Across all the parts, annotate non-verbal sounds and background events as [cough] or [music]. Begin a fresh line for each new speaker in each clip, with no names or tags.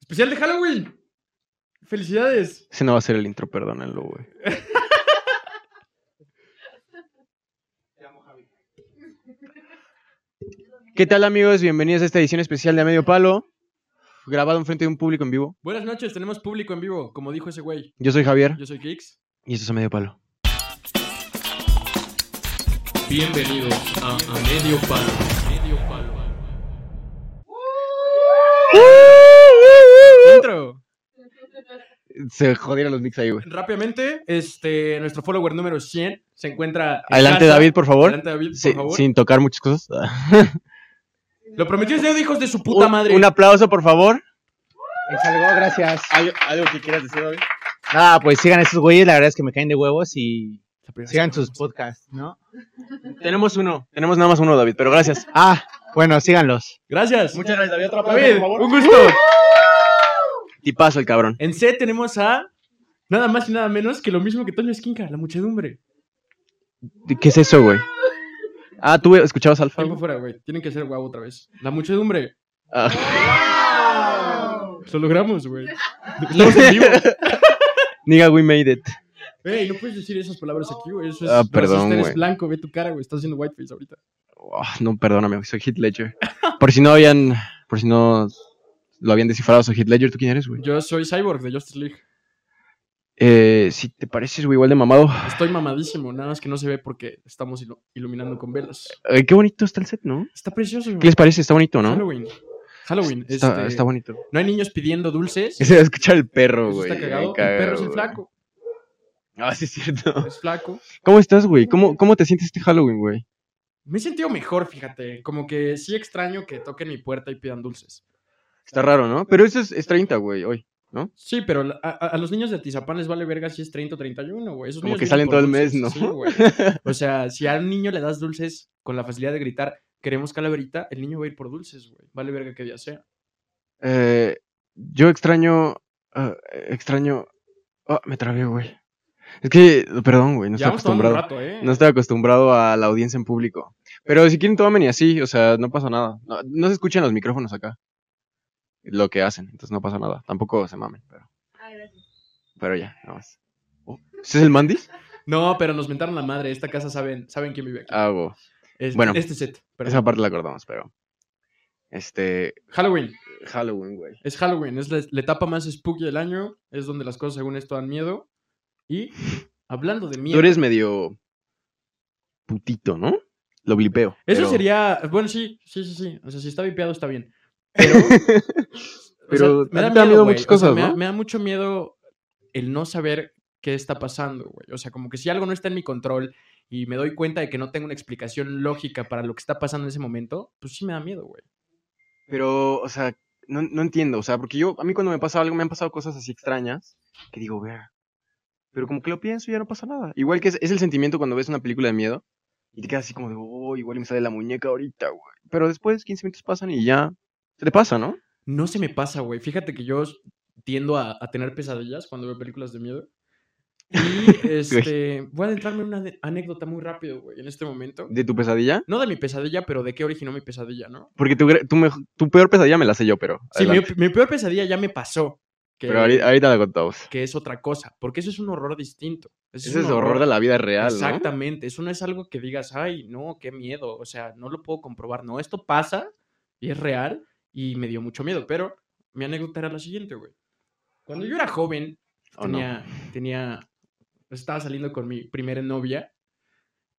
Especial de Halloween. Felicidades.
Ese no va a ser el intro, perdónenlo, güey. ¿Qué tal, amigos? Bienvenidos a esta edición especial de A Medio Palo, grabado enfrente de un público en vivo.
Buenas noches, tenemos público en vivo, como dijo ese güey.
Yo soy Javier
Yo soy Kix.
y esto es A Medio Palo.
Bienvenidos a, Medio Palo. Medio Palo. Intro.
Se jodieron los mix ahí, güey.
Rápidamente, este, nuestro follower número 100 se encuentra. en
Adelante,
casa.
David, por favor.
Adelante, David, por
Sí,
favor.
sin tocar muchas cosas.
Lo prometió el de hijos de su puta
Un-
madre.
Un aplauso, por favor.
Es algo, gracias.
¿Algo, algo que quieras decir, David?
Nada, pues sigan a estos güeyes, la verdad es que me caen de huevos y
La primera
sigan
vez.
sus podcasts, ¿no?
Tenemos uno. Tenemos nada más uno, David, pero gracias.
Ah, bueno, síganlos.
Gracias.
Muchas gracias, David. Otra palabra,
David,
por favor.
un gusto.
Tipazo el cabrón.
En C tenemos a nada más y nada menos que lo mismo que Toño Esquinca, la muchedumbre.
¿Qué es eso, güey? Ah, ¿tú escuchabas Alfa?
Tiempo
güey?
fuera, güey. Tienen que hacer guau otra vez. La muchedumbre.
Ah. [laughs]
Lo logramos, güey. Estamos en vivo.
Nigga, we made it.
Ey, no puedes decir esas palabras aquí, güey. Eso es.
Ah,
racista,
perdón,
eres
güey.
blanco, ve tu cara, güey. Estás haciendo whiteface ahorita.
Oh, no, perdóname, soy Heath Ledger. Por si no habían, por si no lo habían descifrado, soy Heath Ledger. ¿Tú quién eres, güey?
Yo soy Cyborg de Justice League.
Eh, si te pareces, güey, igual de mamado.
Estoy mamadísimo, nada más que no se ve porque estamos ilu- iluminando con velas.
Eh, qué bonito está el set, ¿no?
Está precioso,
¿Qué
güey.
les parece? Está bonito, ¿no?
Halloween. Halloween.
Está,
este,
está bonito.
No hay niños pidiendo dulces.
Se va a escuchar el perro,
Eso
güey.
está cagado.
Me caga,
el perro es el
güey.
flaco.
Ah, sí, es cierto.
Es flaco.
¿Cómo estás, güey? ¿Cómo, ¿Cómo te sientes este Halloween, güey?
Me he sentido mejor, fíjate. Como que sí extraño que toquen mi puerta y pidan dulces.
Está raro, ¿no? Pero eso es, es 30, güey, hoy.
Sí, pero la- a, a- a los niños de Atizapán les vale verga si es 30 o 31, güey. Esos
Como
niños
que
vienen
salen
por
todo el mes,
dulces.
¿no?
Sí,
[laughs]
güey. O sea, si a un niño le das dulces con la facilidad de gritar, queremos calaverita, el niño va a ir por dulces, güey. Vale verga que día sea.
Eh, yo extraño. ah, extraño. ah, me trabé, güey. Es que, perdón, güey, no estoy
Llevamos tomando un
acostumbrado.
rato, ¿eh?
No estoy acostumbrado a la audiencia en público. Pero si quieren, tomen y así, o sea, no pasa nada. No, no se escuchan los micrófonos acá. Lo que hacen, entonces no pasa nada. Tampoco se mamen, pero, pero ya, nada más. Oh, ¿Ese es el Mandis?
No, pero nos mentaron la madre. Esta casa saben, saben quién vive aquí.
Ah, bo.
Es-
bueno.
Este set. perdón.
Esa parte la acordamos, pero. Este.
Halloween.
Halloween, güey.
Es Halloween. Es la, la etapa más spooky del año. Es donde las cosas, según esto, dan miedo. Y hablando de
Tú
miedo.
eres medio. putito, ¿no? Lo blipeo.
Eso
pero-
sería. Bueno, sí, sí, sí, sí. O sea, si está vipeado, está
[laughs]
bien. Pero.
Pero
me
a
da
ti te da miedo
güey.
muchas
O sea,
cosas,
me da-
¿no?
me da mucho miedo el no saber qué está pasando, güey. O sea, como que si algo no está en mi control y me doy cuenta de que no tengo una explicación lógica para lo que está pasando en ese momento, pues sí me da miedo, güey.
Pero, o sea, no, no entiendo. O sea, porque yo, a mí cuando me pasa algo, me han pasado cosas así extrañas que digo, vea. Pero como que lo pienso y ya no pasa nada. Igual que es, es el sentimiento cuando ves una película de miedo y te quedas así como de, oh, igual me sale la muñeca ahorita, güey. Pero después 15 minutos pasan y ya se te pasa, ¿no?
No se me pasa, güey. Fíjate que yo tiendo a, a tener pesadillas cuando veo películas de miedo. Y
[laughs]
este, voy a adentrarme en una de- anécdota muy rápido, güey, en este momento.
De tu pesadilla.
No de mi pesadilla, pero de qué originó mi pesadilla, ¿no?
Porque tu, gre- tu, mejo- tu peor pesadilla me la sé yo, pero.
Sí, mi,
adelante.
mi peor pesadilla ya me pasó. Que,
Pero ahorita, ahorita la contamos.
que es otra cosa, porque eso es un horror distinto. Eso
Ese es horror de la vida real, ¿no?
Exactamente, eso no es algo que digas, ay, no, qué miedo, o sea, no lo puedo comprobar, no, esto pasa y es real y me dio mucho miedo, pero mi anécdota era la siguiente, güey. Cuando yo era joven,
¿O no?
tenía, tenía, estaba saliendo con mi primera novia.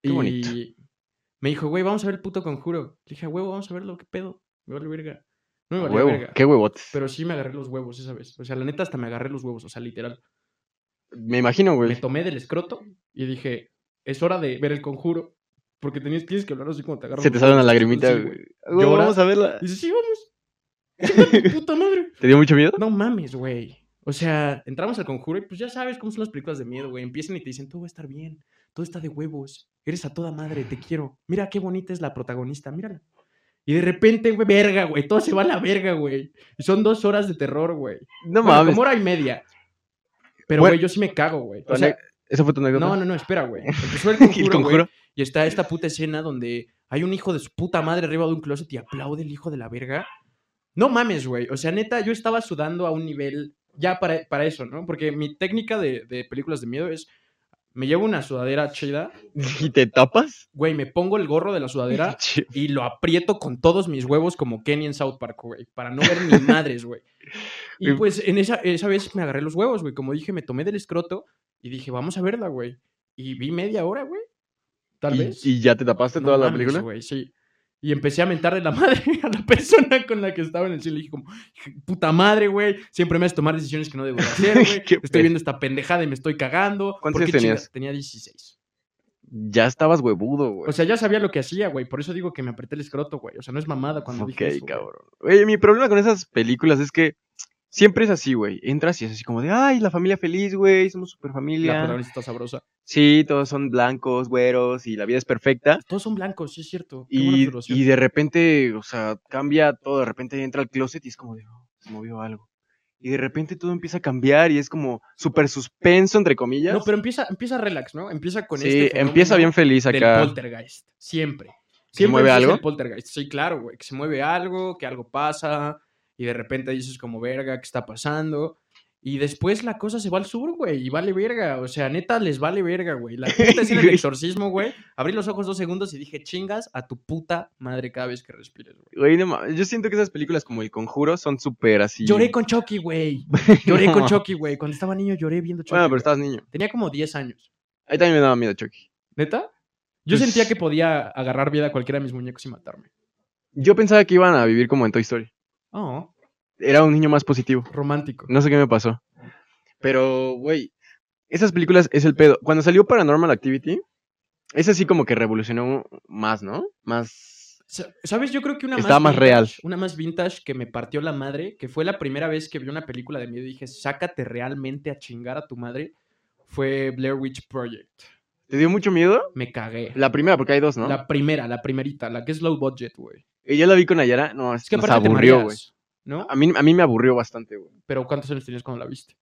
Qué
y
bonito.
me dijo, güey, vamos a ver el puto conjuro. Le dije, "A huevo, vamos a verlo, qué pedo. Me vale verga. No me valió
Huevo,
verga.
qué huevotes.
Pero sí me agarré los huevos esa vez. O sea, la neta hasta me agarré los huevos, o sea, literal.
Me imagino,
Me
güey.
tomé del escroto y dije, es hora de ver el conjuro. Porque tenías, tienes que hablar así como te agarras.
Se te
los
sale una
huevos.
lagrimita,
Sí,
güey.
Lloras.
Vamos a verla.
Y dices, sí, vamos. Chinga tu puta madre.
¿Te dio mucho miedo?
No mames, güey. O sea, entramos al conjuro y pues ya sabes cómo son las películas de miedo, güey. Empiezan y te dicen, todo va a estar bien, todo está de huevos, eres a toda madre, te quiero. Mira qué bonita es la protagonista, mírala. Y de repente, güey, verga, güey, todo se va a la verga, güey. Y son dos horas de terror, güey.
No
Bueno,
mames.
como hora y media. Pero,
Bueno.
güey, yo sí me cago, güey. O
Tu
sea,
ane- e-, ¿Esa fue tu anécdota?
no, no, no, espera, güey. Empezó el
[laughs] ¿Y el
conjuro, güey,
conjuro?
y está esta puta escena donde hay un hijo de su puta madre arriba de un closet y aplaude el hijo de la verga. No mames, güey. O sea, neta, yo estaba sudando a un nivel ya para, para eso, ¿no? Porque mi técnica de, de películas de miedo es, me llevo una sudadera chida,
¿Y te tapas?
güey, me pongo el gorro de la sudadera
Chi-
y lo aprieto con todos mis huevos como Kenny en South Park, güey, para no
[laughs]
ver ni madres, güey. Y
Güey.
pues en esa, esa vez me agarré los huevos, güey. Como dije, me tomé del escroto y dije, vamos a verla, güey. Y vi media hora, güey. Tal
¿Y,
vez.
y ya te tapaste
No
toda la
mames,
película?
güey, sí. Y empecé a mentarle la madre [laughs] a la persona con la que estaba en el cine. Le dije como, puta madre, güey. Siempre me haces tomar decisiones que no debo de hacer, güey.
[laughs] Qué
estoy
pe-
viendo esta pendejada y me estoy cagando.
¿Cuántos
¿Por
años
qué
tenías?
chingas? Tenía 16.
Ya estabas huevudo, güey.
O sea, ya sabía lo que hacía, güey. Por eso digo que me apreté el escroto, güey. O sea, no es mamada cuando
ok,
dije eso. güey.
cabrón. Oye, mi problema con esas películas es que siempre es así, güey. Entras y es así como de, ay, la familia feliz, güey, somos super
La
familia.
protagonista sabrosa.
Sí, todos son blancos, güeros y la vida es perfecta.
Todos son blancos, sí es cierto. Qué buena
Y,
observación.
y de repente, o sea, cambia todo. De repente entra al closet y es como de, "Oh, se movió algo. Y de repente todo empieza a cambiar y es como super suspenso, entre comillas.
No, pero empieza, empieza relax, ¿no? Empieza con
sí,
este
empieza
fenómeno
bien feliz
del
acá.
poltergeist. Siempre. Siempre
mueve
empieza
algo?
El poltergeist. Sí, claro, güey. Que se mueve algo, que algo pasa. Y de repente dices como, verga, ¿qué está pasando? Y después la cosa se va al sur, güey, y vale verga. O sea, neta, les vale verga, güey.
[laughs]
La puta escena del
Güey.
exorcismo, güey. Abrí los ojos dos segundos y dije, chingas a tu puta madre cada vez que respires, güey.
Güey, no mames, yo siento que esas películas como El Conjuro son súper así.
Lloré con Chucky,
[laughs]
güey. Lloré con Chucky, güey. Cuando estaba niño lloré viendo Chucky.
Bueno, pero
güey.
estabas niño.
Tenía como 10 años.
Ahí también me daba miedo Chucky.
¿Neta? Yo
Pues-
sentía que podía agarrar vida a cualquiera de mis muñecos y matarme.
Yo pensaba que iban a vivir como en Toy Story.
Oh,
Era un niño más positivo.
romántico.
No sé qué me pasó. Pero, güey, esas películas es el pedo. Cuando salió Paranormal Activity, esa sí como que revolucionó más, ¿no? Más...
Sa- ¿Sabes? Yo creo que una
Estaba más
vintage,
real.
Una más vintage que me partió la madre, que fue la primera vez que vi una película de miedo y dije, sácate realmente a chingar a tu madre, fue Blair Witch Project.
¿Te dio mucho miedo?
Me cagué.
La primera, porque hay dos, ¿no?
La primera, la primerita, la que es low budget, güey.
Y yo la vi con Ayara. No, es
Es que
nos
aparte te
aburrió, güey.
mareas, ¿no?
A mí, a mí me aburrió bastante, güey.
Pero ¿cuántos años tenías cuando la viste?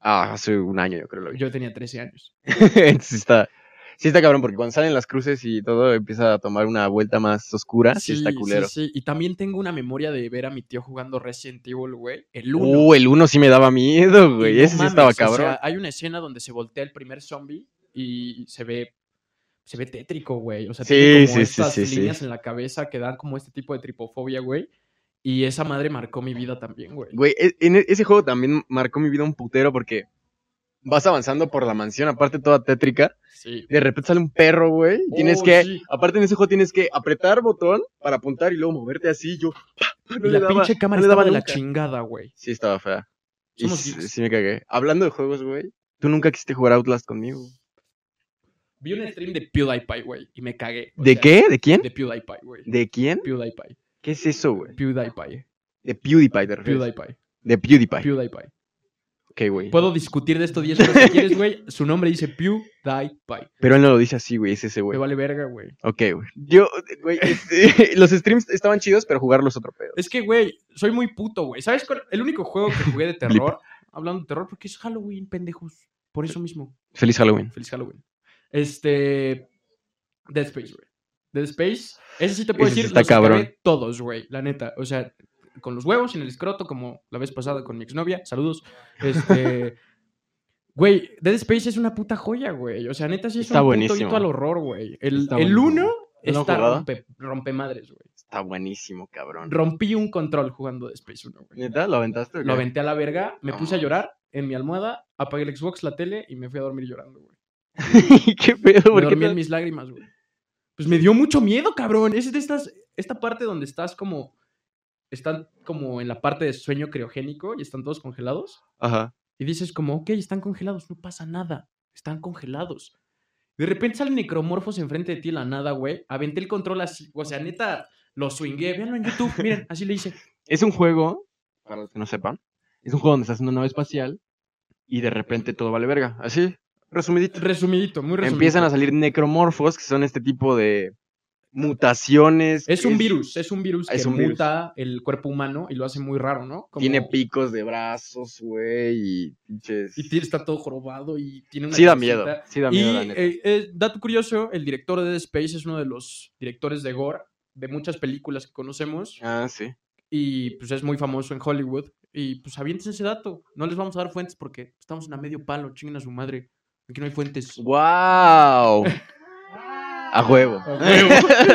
Ah, hace un año yo creo lo vi.
Yo tenía 13 años.
Entonces, [laughs] sí está... Sí está cabrón, porque cuando salen las cruces y todo empieza a tomar una vuelta más oscura, Ah, sí, está culero.
sí. Y también tengo una memoria de ver a mi tío jugando Resident Evil, güey. El 1.
Uh, el uno sí me daba miedo, güey. Ese sí estaba
O
cabrón.
sea, hay una escena donde se voltea el primer zombie y se ve se ve tétrico, güey. O sea,
Sí,
tiene como
sí, sí,
estas
sí, sí.
líneas en la cabeza que dan como este tipo de tripofobia, güey. Y esa madre marcó mi vida también, güey.
Güey, e- en e- ese juego también marcó mi vida un putero porque vas avanzando por la mansión, aparte toda tétrica.
Sí.
De repente sale un perro, güey. y tienes
Oh,
que.
sí.
Aparte en ese juego tienes que apretar botón para apuntar y luego moverte así. Yo. pa, pa, no
Y
le
la
daba-
pinche cámara
no le
estaba
daba
de la
nunca.
chingada, güey.
Sí, estaba fea. Y
Somos
s-
geeks.
sí me cagué. Hablando de juegos, güey. Tú nunca quisiste jugar Outlast conmigo.
Vi un stream de PewDiePie, güey, y me cagué. O
¿De
sea,
qué? ¿De quién?
De PewDiePie, güey.
¿De quién?
PewDiePie.
¿Qué es eso, güey?
PewDiePie.
De PewDiePie, te refieres.
PewDiePie.
De PewDiePie.
PewDiePie.
ok, güey.
Puedo discutir de esto 10 horas si quieres, güey. Su nombre
[laughs]
dice PewDiePie.
Pero él no lo dice así, güey. Es ese,
Me
güey.
vale verga, güey.
Ok, güey. Yo, güey, este, [laughs] los streams estaban chidos, pero jugarlos otro pedo.
Es que, güey, soy muy puto, güey. ¿Sabes cuál? El único juego que
[laughs]
jugué de terror, hablando de terror, porque es Halloween, pendejos. Por eso mismo.
Feliz Halloween.
Feliz Halloween. Este. Dead Space, güey. Dead Space. Ese sí te puedo
Ese sí
decir,
está
los acabé
cabrón.
todos, güey. La neta. O sea, con los huevos en el escroto, como la vez pasada con mi exnovia. Saludos.
[laughs]
Este. Güey, Dead Space es una puta joya, güey. O sea, neta sí es
Está
un
buenísimo.
puto hito al horror, güey. El,
Está
el
buenísimo.
uno
¿No lo
está
jugaba?
rompe, rompemadres, güey.
Está buenísimo, cabrón.
Rompí un control jugando Dead Space 1, güey.
¿Neta? ¿Lo aventaste? o qué?
Lo aventé a la verga, me
No
puse a
mames.
llorar en mi almohada, apagué el Xbox, la tele y me fui a dormir llorando, güey.
[laughs] ¿Qué pedo?
Me
¿Por qué
dormí
te-
en mis lágrimas, güey. Pues me dio mucho miedo, cabrón. Es de estas, esta parte donde estás como, están como en la parte de sueño criogénico y están todos congelados.
Ajá.
Y dices como, ok, están congelados, no pasa nada, están congelados. De repente salen necromorfos enfrente de ti de la nada, güey. Aventé el control así, o sea, neta, lo swingué. Véanlo en YouTube, miren, así le hice.
Es un juego, para los que no sepan, es un juego donde estás en una nave espacial y de repente todo vale verga. Así, resumidito.
Resumidito, muy resumidito.
Empiezan a salir necromorfos, que son este tipo de mutaciones.
Es
que
un virus, es un virus
es
que
un virus.
muta el cuerpo humano y lo hace muy raro, ¿no? Como-
Tiene picos de brazos, güey, y pinches...
Y tiene- está todo jorobado y tiene una.
Sí da
cabecita.
miedo, sí da miedo, la
y
neta.
eh, eh, dato curioso, el director de Dead Space es uno de los directores de gore de muchas películas que conocemos.
Ah, sí.
y pues es muy famoso en Hollywood. Y pues avientes ese dato. No les vamos a dar fuentes porque estamos en a medio palo, chinguen a su madre. Aquí no hay fuentes.
¡Wow! A huevo. [laughs]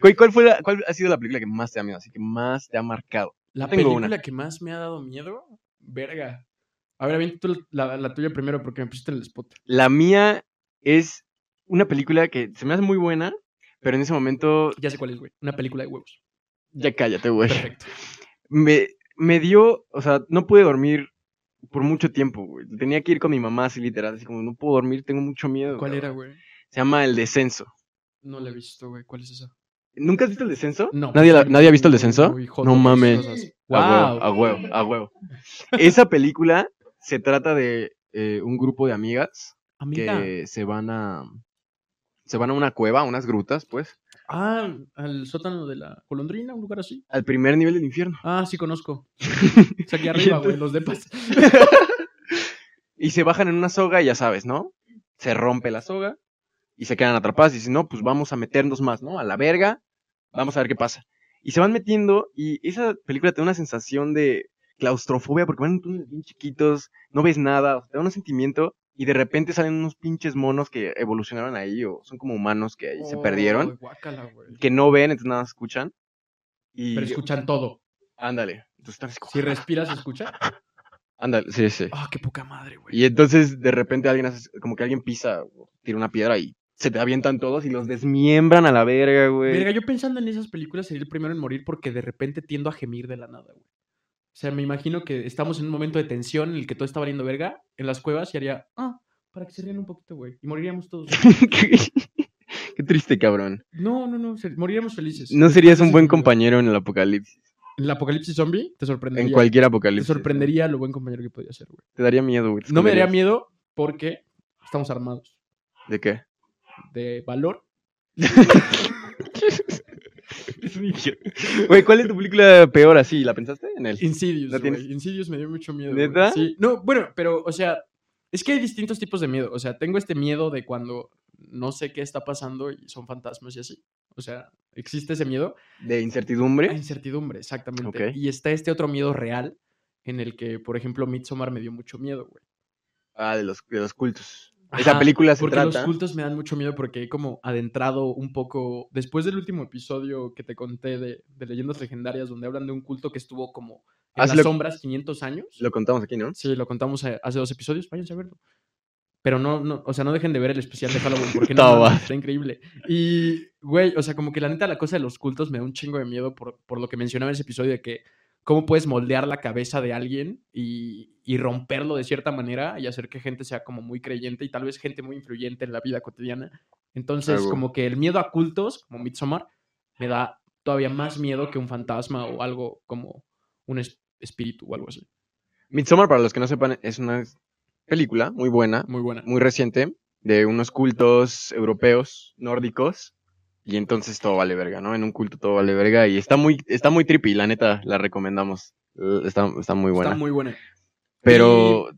Güey, ¿cuál, fue la- ¿Cuál ha sido la película que más te ha miedo? Así que más te ha marcado.
La
Tengo
película
una.
que más me ha dado miedo, verga. A ver, avienta tú la, la tuya primero porque me pusiste en el spot.
La mía es una película que se me hace muy buena, pero en ese momento.
Ya sé cuál es, güey. Una película de huevos.
Ya cállate, güey.
Perfecto.
me, me dio, o sea, no pude dormir por mucho tiempo, güey. Tenía que ir con mi mamá así literal, así como no puedo dormir, tengo mucho miedo.
¿Cuál
cabrón".
era, güey?
Se llama El Descenso.
No la he visto, güey. ¿Cuál es esa?
¿Nunca has visto El Descenso?
No.
¿Nadie, la-
soy
¿nadie ha visto El
muy-
Descenso?
muy joto
No
con esas
mames. Ah,
cosas. Ah,
A
Wow.
huevo, a huevo, a huevo. Esa película se trata de eh, un grupo de amigas
Amiga.
que se van a se van a una cueva, a unas grutas, pues,
Ah, al sótano de la colondrina, un lugar así.
al primer nivel del infierno.
Ah, sí [laughs] conozco. Es aquí
Y
arriba, güey,
entonces-
los depas.
Y se bajan en una soga y ya sabes, ¿no? Se rompe la soga y se quedan atrapadas. Y dicen, no, pues vamos a meternos más, ¿no? A la verga, vamos a ver qué pasa. Y se van metiendo y esa película te da una sensación de claustrofobia porque van en túneles bien chiquitos, no ves nada, o sea, te da un sentimiento y de repente salen unos pinches monos que evolucionaron ahí o son como humanos que ahí se
Oh,
perdieron,
guácala, güey.
que no ven, entonces nada más escuchan. Y
Oh. Pero escuchan todo.
ándale, entonces están así como,
Si respiras, escucha.
ándale, sí, sí.
Ah, qué poca madre, güey.
Y entonces de repente alguien hace, como que alguien pisa, o tira una piedra y se te avientan todos y los desmiembran a la verga,
Verga,
güey.
yo pensando en esas películas sería el primero en morir porque de repente tiendo a gemir de la nada, güey. O sea, me imagino que estamos en un momento de tensión en el que todo está valiendo verga en las cuevas y haría, ah, para que se rían un poquito, güey. Y moriríamos
[laughs]
todos.
[laughs] Qué qué triste, cabrón.
No, no, no, se- moriríamos felices.
No serías un
sí,
buen
güey.
compañero en el apocalipsis.
¿El apocalipsis zombie? Te sorprendería.
En cualquier
Te
apocalipsis.
sorprendería lo buen compañero que podía ser, güey.
Te daría miedo, güey. te
No me daría
esconderías.
miedo porque estamos armados [laughs]
¿De qué?
de valor.
Güey, ¿cuál es tu película peor así? ¿La pensaste en él?
Insidious,
¿La
güey.
tienes?
Insidious me dio mucho miedo. güey.
¿Neta?
Sí. No, bueno, pero, o sea, es que hay distintos tipos de miedo. O sea, tengo este miedo de cuando no sé qué está pasando y son fantasmas y así. O sea, existe ese miedo.
¿De
La
incertidumbre?
incertidumbre, exactamente.
Ok.
Y está este otro miedo real en el que, por ejemplo, Midsommar me dio mucho miedo, güey.
Ah, de los, de los cultos.
Ajá,
Esa película se
Porque los
trata.
cultos me dan mucho miedo porque he como adentrado un poco, después del último episodio que te conté de, de Leyendas Legendarias, donde hablan de un culto que estuvo como en
Ah, sí
las
lo-
sombras 500 años.
Lo contamos aquí, ¿no?
Sí, lo contamos eh, hace dos episodios, váyanse a verlo. Pero no, no, o sea, no dejen de ver el especial de Halloween porque no,
Puta
mames,
madre.
está increíble. Y, güey, o sea, como que la neta la cosa de los cultos me da un chingo de miedo por, por lo que mencionaba en ese episodio de que cómo puedes moldear la cabeza de alguien y, y romperlo de cierta manera y hacer que gente sea como muy creyente y tal vez gente muy influyente en la vida cotidiana. Entonces,
Algo.
como que el miedo a cultos, como Midsommar, me da todavía más miedo que un fantasma o algo como un es- espíritu o algo así.
Midsommar, para los que no sepan, es una película muy buena,
Muy buena.
muy reciente de unos cultos europeos, nórdicos. Y entonces todo vale verga, ¿no? En un culto todo vale verga. Y está muy, está muy trippy, la neta, la recomendamos. Eh, Está, está muy buena.
Está muy buena.
Pero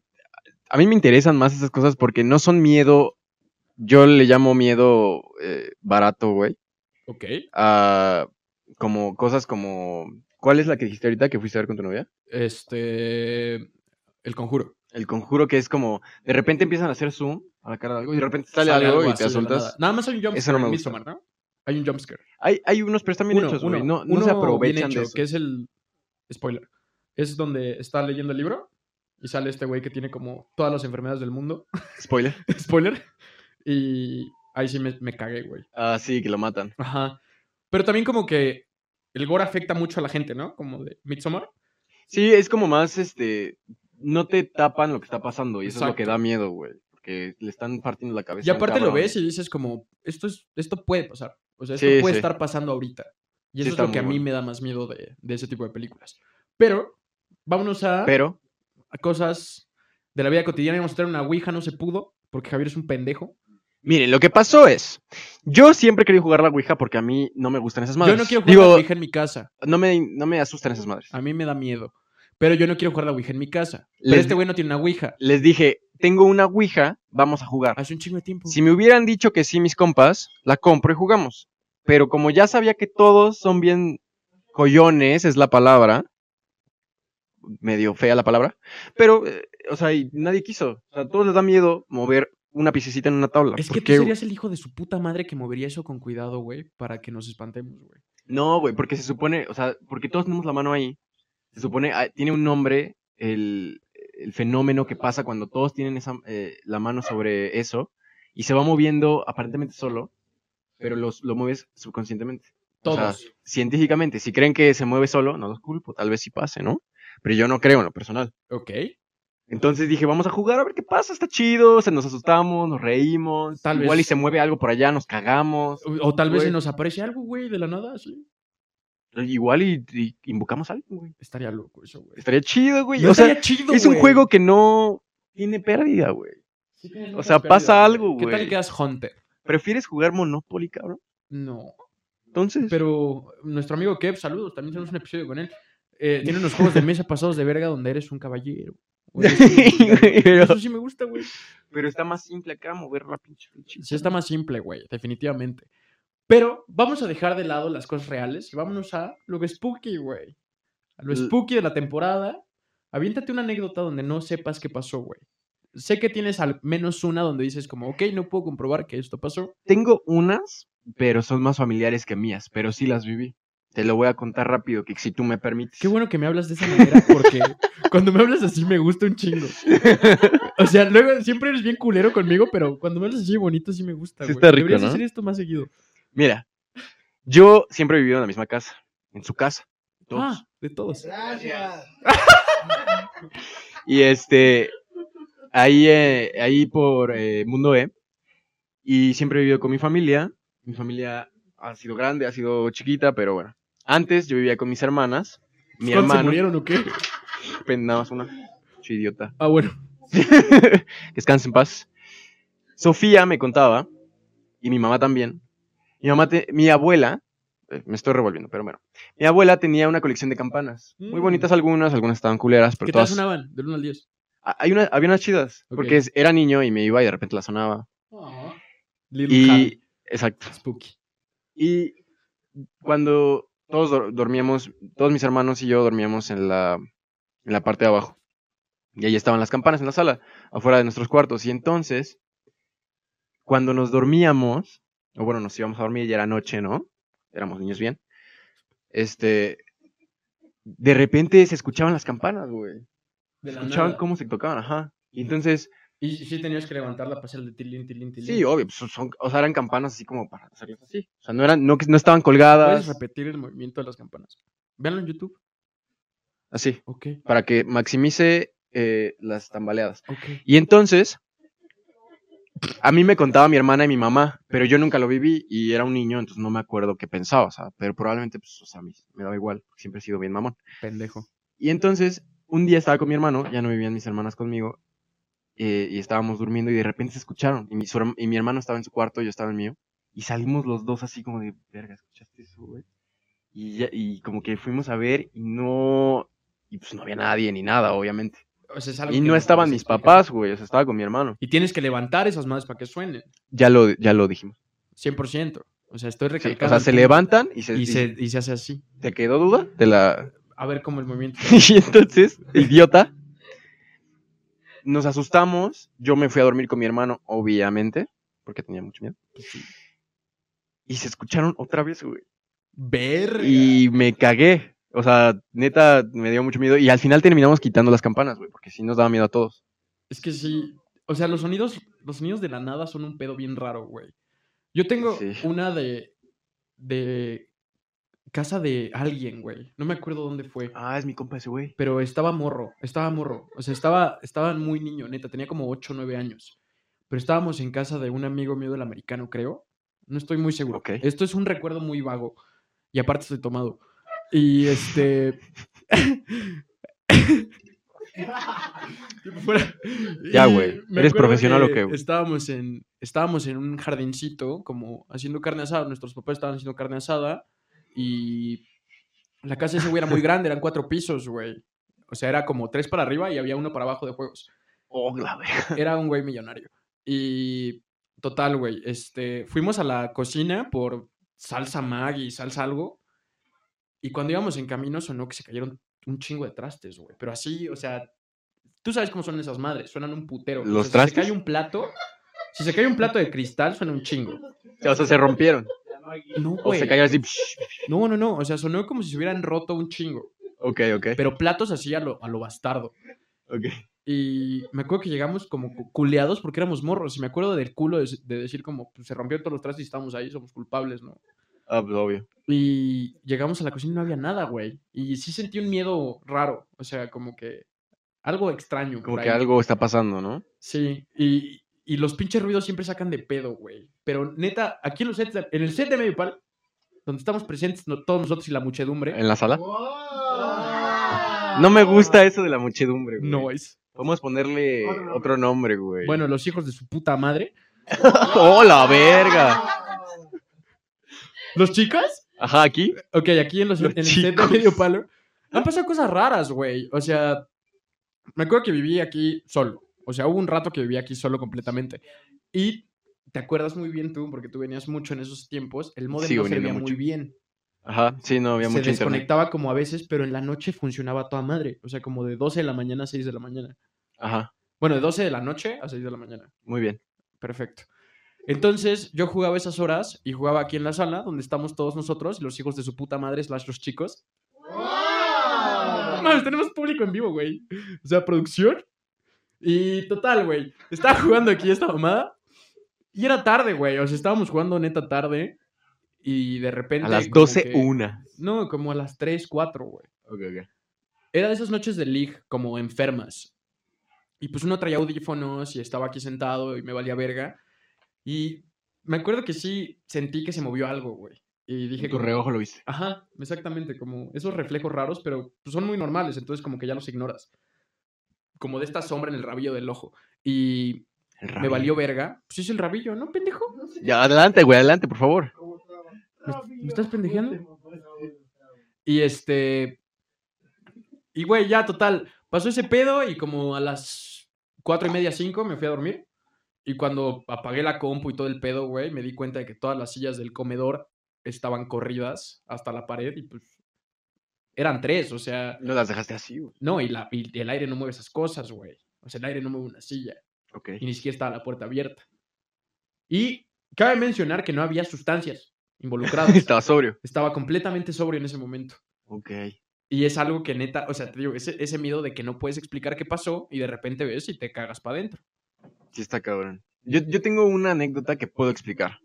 a mí me interesan más esas cosas porque no son miedo. Yo le llamo miedo eh, barato, güey.
Ok.
a como cosas como. ¿Cuál es la que dijiste ahorita que fuiste a ver con tu novia?
Este. El conjuro.
El conjuro que es como. De repente empiezan a hacer zoom a la cara de algo y de repente sale, algo, y
así
te
de la
asustas.
nada. Nada más hay un jumpscare.
Eso no me
en
gusta.
Midsommar, ¿no? Hay un jumpscare.
Hay, hay unos, pero están bien
Uno,
hechos,
uno,
güey. No, no
uno
se
bien
aprovechan
hecho,
de eso.
Que es el. Spoiler. Es donde está leyendo el libro y sale este güey que tiene como todas las enfermedades del mundo. [laughs]
Spoiler.
Spoiler. Y ahí sí me, me cagué, güey.
Ah, sí, que lo matan.
Ajá. Pero también como que el gore afecta mucho a la gente, ¿no? Como de Midsommar.
Sí, es como más, este, no te tapan lo que está pasando y eso es lo que
Exacto.
da miedo, güey. Porque le están partiendo la cabeza.
Y
a un
aparte lo
cabrón.
ves y dices como, esto, es, esto puede pasar. O sea, esto
Sí,
puede
sí.
estar pasando ahorita. Y
Sí,
eso
está
es lo que a
muy
mí
bueno.
me da más miedo de, de ese tipo de películas. Pero, vámonos a,
Pero,
a cosas de la vida cotidiana. Íbamos a tener una Ouija, no se pudo, porque Javier es un pendejo.
miren, lo que pasó es, yo siempre quería jugar la Ouija porque a mí no me gustan esas madres.
Yo no quiero jugar
Digo,
la Ouija Ah. en mi casa.
No me, no me asustan esas madres.
A mí me da miedo. Pero yo no quiero jugar la Ouija en mi casa. Pero
Les-
este güey no tiene una Ouija.
Les dije, tengo una Ouija, vamos a jugar.
Hace un chingo de tiempo.
Si me hubieran dicho que sí mis compas, la compro y jugamos. Pero como ya sabía que todos son bien Joyones es la palabra. Medio fea la palabra. Pero, eh, o sea, y nadie quiso. O sea, a todos les da miedo mover una piececita en una tabla.
Es que pues,
¿Por
tú
qué, güey?
serías el hijo de su puta madre que movería eso con cuidado, güey, para que nos espantemos, güey.
No, güey, porque se supone, o sea, porque todos tenemos la mano ahí. Se supone, ah, tiene un nombre el, el fenómeno que pasa cuando todos tienen esa, eh, la mano sobre eso y se va moviendo aparentemente solo, pero los, lo mueves subconscientemente. O sea,
Todos.
científicamente, si creen que se mueve solo, no los culpo, tal vez sí pase, ¿no? Pero yo no creo en lo personal.
ok.
Entonces dije, vamos a jugar a ver qué pasa, está chido, se nos asustamos, nos reímos,
Tal
igual
vez.
y se mueve algo por allá, nos cagamos,
O, o tal vez se
Güey.
nos aparece algo, güey, de la nada, sí.
igual y, y invocamos algo, güey.
Estaría loco eso, güey.
Estaría chido, güey.
No
o sea,
estaría chido,
es un
güey.
juego que no tiene pérdida, güey.
Sí tienes
o
muchas
sea,
pérdidas,
pasa algo,
¿Qué tal
güey.
que quedas Hunter?
¿Prefieres jugar Monopoly, cabrón?
No.
Entonces, [laughs]
Pero nuestro amigo Kev, saludos, también tenemos un episodio con él. Eh, tiene unos juegos de mesa pasados de verga donde eres un caballero.
[laughs]
O eres un gigante.
Pero-
Eso sí me gusta, güey.
pero está más simple acá mover la pinche flechita.
Sí está más simple, güey, definitivamente. Pero vamos a dejar de lado las cosas reales y vámonos a lo que spooky, güey. A lo
L-
spooky de la temporada. Aviéntate una anécdota donde no sepas qué pasó, güey. Sé que tienes al menos una donde dices como, ok, no puedo comprobar que esto pasó.
Tengo unas, pero son más familiares que mías, pero sí las viví. Te lo voy a contar rápido, que si tú me permites.
Qué bueno que me hablas de esa manera
[laughs]
porque cuando me hablas así me gusta un chingo. O sea, luego siempre eres bien culero conmigo, pero cuando me hablas así bonito sí me gusta,
Sí
güey.
está rico,
Deberías
¿no?
hacer esto más seguido.
Mira, yo siempre he vivido en la misma casa, en su casa. todos.
Ah, de todos.
Gracias.
Y este, ahí, eh, ahí por eh, Mundo E. Y siempre he vivido con mi familia. Mi familia ha sido grande, ha sido chiquita, pero bueno. Antes yo vivía con mis hermanas.
¿Cuántos se
Mi hermano.
murieron o qué?
Pen- Nada más una. Soy idiota. [laughs]
Ah, bueno.
Descansa en paz. Sofía me contaba, y mi mamá también. Mi mamá, te- mi abuela, eh, me estoy revolviendo, pero bueno. Mi abuela tenía una colección de campanas. Muy
Mm.
bonitas algunas, algunas estaban culeras, pero
¿Qué tal
todas.
sonaban? Del 1 al 10.
Ah, Hay una, había unas chidas,
Ok.
porque es- era niño y me iba y de repente la sonaba.
Little
Y,
Harry,
exacto.
Ah. Spooky.
Y cuando todos dor- dormíamos, todos mis hermanos y yo dormíamos en la, en la parte de abajo. Y ahí estaban las campanas en la sala, afuera de nuestros cuartos. Y entonces, cuando nos dormíamos, o bueno, nos íbamos a dormir, ya era noche, ¿no? Éramos niños bien. Este, de repente se escuchaban las campanas, güey.
De la
Escuchaban
nada.
cómo se tocaban, ajá. Y entonces
Y sí tenías que levantarla para hacerle tilín, tilín, tilín.
Sí, obvio, pues, son, o sea, eran campanas así como para hacerlas así. O sea, no eran, no, que- no estaban colgadas.
Puedes repetir el movimiento de las campanas. Véanlo en YouTube.
Así,
Ok,
para que maximice eh, las tambaleadas.
ok.
Y entonces, a mí me contaba mi hermana y mi mamá, pero yo nunca lo viví y era un niño, entonces no me acuerdo qué pensaba, o sea, pero probablemente, pues, o sea, me, me daba igual, siempre he sido bien mamón.
Pendejo.
Y entonces, un día estaba con mi hermano, ya no vivían mis hermanas conmigo, eh, y estábamos durmiendo y de repente se escucharon. Y mi, su herm- y mi hermano estaba en su cuarto, yo estaba en el mío. Y salimos los dos así como de, verga, ¿escuchaste eso, güey? Y, ya- y como que fuimos a ver y no... Y pues no había nadie ni nada, obviamente.
O sea, es algo
Y
que
no
puedes
estaban mis
explicar.
papás, güey, o sea, estaba con mi hermano.
Y tienes que levantar esas madres para que suenen.
Ya lo, ya lo dijimos.
100%. O sea, estoy
Sí,
recalcando.
o sea,
el
se
punto.
levantan y se...
Y
y-
se, y se hace así.
¿Te quedó duda? Te la...
A ver cómo el movimiento.
[laughs] Y entonces, idiota, nos asustamos. Yo me fui a dormir con mi hermano, obviamente, porque tenía mucho miedo. Y se escucharon otra vez, güey.
Ver.
Y me cagué. O sea, neta, me dio mucho miedo. Y al final terminamos quitando las campanas, güey, porque sí nos daba miedo a todos.
Es que sí. O sea, los sonidos, los sonidos de la nada son un pedo bien raro, güey. Yo tengo
Sí.
una de. de. casa de alguien, güey. No me acuerdo dónde fue.
Ah, es mi compa ese güey.
Pero estaba morro, estaba morro. O sea, estaba, estaba muy niño, neta. Tenía como 8 o 9 años. Pero estábamos en casa de un amigo mío del americano, creo. No estoy muy seguro.
Ok.
Esto es un recuerdo muy vago. Y aparte estoy tomado. Y este... [laughs] Tipo, fuera-
Ya,
y
güey.
me
¿Eres
acuerdo
profesional o qué, güey?
Estábamos en, estábamos en un jardincito, como haciendo carne asada. Nuestros papás estaban haciendo carne asada. Y la casa de ese güey era muy grande, eran cuatro pisos, güey. O sea, era como tres para arriba y había uno para abajo de juegos.
Oh, la verga.
Era un güey millonario. Y total, güey, este, fuimos a la cocina por salsa Maggi, salsa algo. Y cuando íbamos en camino sonó que se cayeron un chingo de trastes, güey. Pero así, o sea, tú sabes cómo son esas madres, suenan un putero. güey. O
¿Los
sea, Si se
trastes?
cae un plato, si se cae un plato de cristal, suena un chingo.
O sea, se rompieron.
No,
O
güey.
se cayó así.
No, no, no. O sea, sonó como si se hubieran roto un chingo.
Ok, ok.
Pero platos así a lo, a lo bastardo.
Ok.
Y me acuerdo que llegamos como cu- culeados porque éramos morros. Y me acuerdo del culo de, de decir como, pues, se rompieron todos los trastes y estábamos ahí, somos culpables, ¿no?
Ah, pues obvio.
Y llegamos a la cocina y no había nada, güey. Y sí sentí un miedo raro. O sea, como que algo extraño. por
Como que
ahí.
algo está pasando, ¿no?
Sí. Y, y los pinches ruidos siempre sacan de pedo, güey. Pero neta, aquí en, los sets de- en el set de Medio Pal, donde estamos presentes no- todos nosotros y la muchedumbre,
¿En la sala? Eh, No me gusta eso de la muchedumbre, güey.
no es.
Podemos ponerle otro nombre, güey. [laughs]
Bueno, los hijos de su puta madre.
¡Hola, verga!
¿Los chicos?
Ajá, aquí.
Ok, aquí en, los,
Los
en el set de
chicos.
Medio Palo han pasado cosas raras, güey. O sea, me acuerdo que viví aquí solo. O sea, hubo un rato que viví aquí solo completamente. Y te acuerdas muy bien tú, porque tú venías mucho en esos tiempos, el modem
Sigo
no servía
viniendo
muy
mucho.
bien.
Ajá, sí, no había
Se
mucho internet.
desconectaba como a veces, pero en la noche funcionaba a toda madre. O sea, como de 12 de la mañana a 6 de la mañana.
Ajá,
Bueno, de 12 de la noche a 6 de la mañana.
muy bien.
Perfecto. Entonces, yo jugaba esas horas y jugaba aquí en la sala, donde estamos todos nosotros, los hijos de su puta madre, slash los chicos. No mames, tenemos público en vivo, güey. O sea, producción. Y total, güey. Estaba jugando aquí esta mamada. Y era tarde, güey. O sea, estábamos jugando neta tarde. Y de repente.
A las
como
12,
que-
una.
No, como a las 3, 4, güey.
Ok, ok.
Era de esas noches de league como enfermas. Y pues uno traía audífonos y estaba aquí sentado y me valía verga. Y me acuerdo que sí sentí que se movió algo, güey. Y dije,
En tu
como-
reojo lo viste.
Ajá, exactamente, como esos reflejos raros, pero pues, son muy normales, entonces como que ya los ignoras. Como de esta sombra en el rabillo del ojo. Y me
El rabillo.
valió verga. Pues es el rabillo, ¿no, pendejo?
Ya, adelante, güey, adelante, por favor.
¿Me, me estás pendejeando? Y este... Y güey, ya, total. Pasó ese pedo y como a las cuatro y media, cinco me fui a dormir. Y cuando apagué la compu y todo el pedo, güey, me di cuenta de que todas las sillas del comedor estaban corridas hasta la pared y pues... Eran tres, o sea...
No las dejaste así, güey.
No, y, la, y el aire no mueve esas cosas, güey. O sea, el aire no mueve una silla.
Ok. [laughs]
Y ni siquiera estaba la puerta abierta. Y cabe mencionar que no había sustancias involucradas.
[laughs] Estaba sobrio.
Estaba completamente sobrio en ese momento.
Ok.
Y es algo que neta, o sea, te digo, ese, ese miedo de que no puedes explicar qué pasó y de repente ves y te cagas para adentro.
Sí está cabrón. Yo, yo tengo una anécdota que puedo explicar.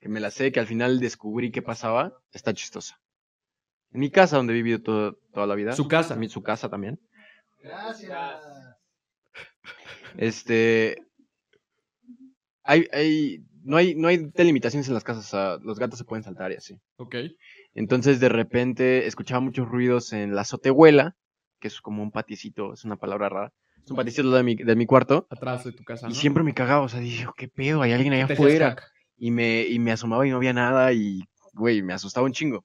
Que me la sé, que al final descubrí qué pasaba. Está chistosa. En mi casa, donde he vivido todo- toda la vida.
Su casa.
También su casa también.
Gracias.
Este... Hay, hay, no, hay, no hay delimitaciones en las casas. o sea, los gatos se pueden saltar y así.
Ok.
Entonces de repente escuchaba muchos ruidos en la azotehuela, que es como un paticito, es una palabra rara. Es un paticito de mi, de mi cuarto.
Atrás de tu casa.
Y
¿no?
siempre me cagaba, o sea, dije, "Oh, ¿qué pedo? Hay alguien allá
Te hacías
afuera.
caca.
Y me, y me asomaba y no había nada y, güey, me asustaba un chingo.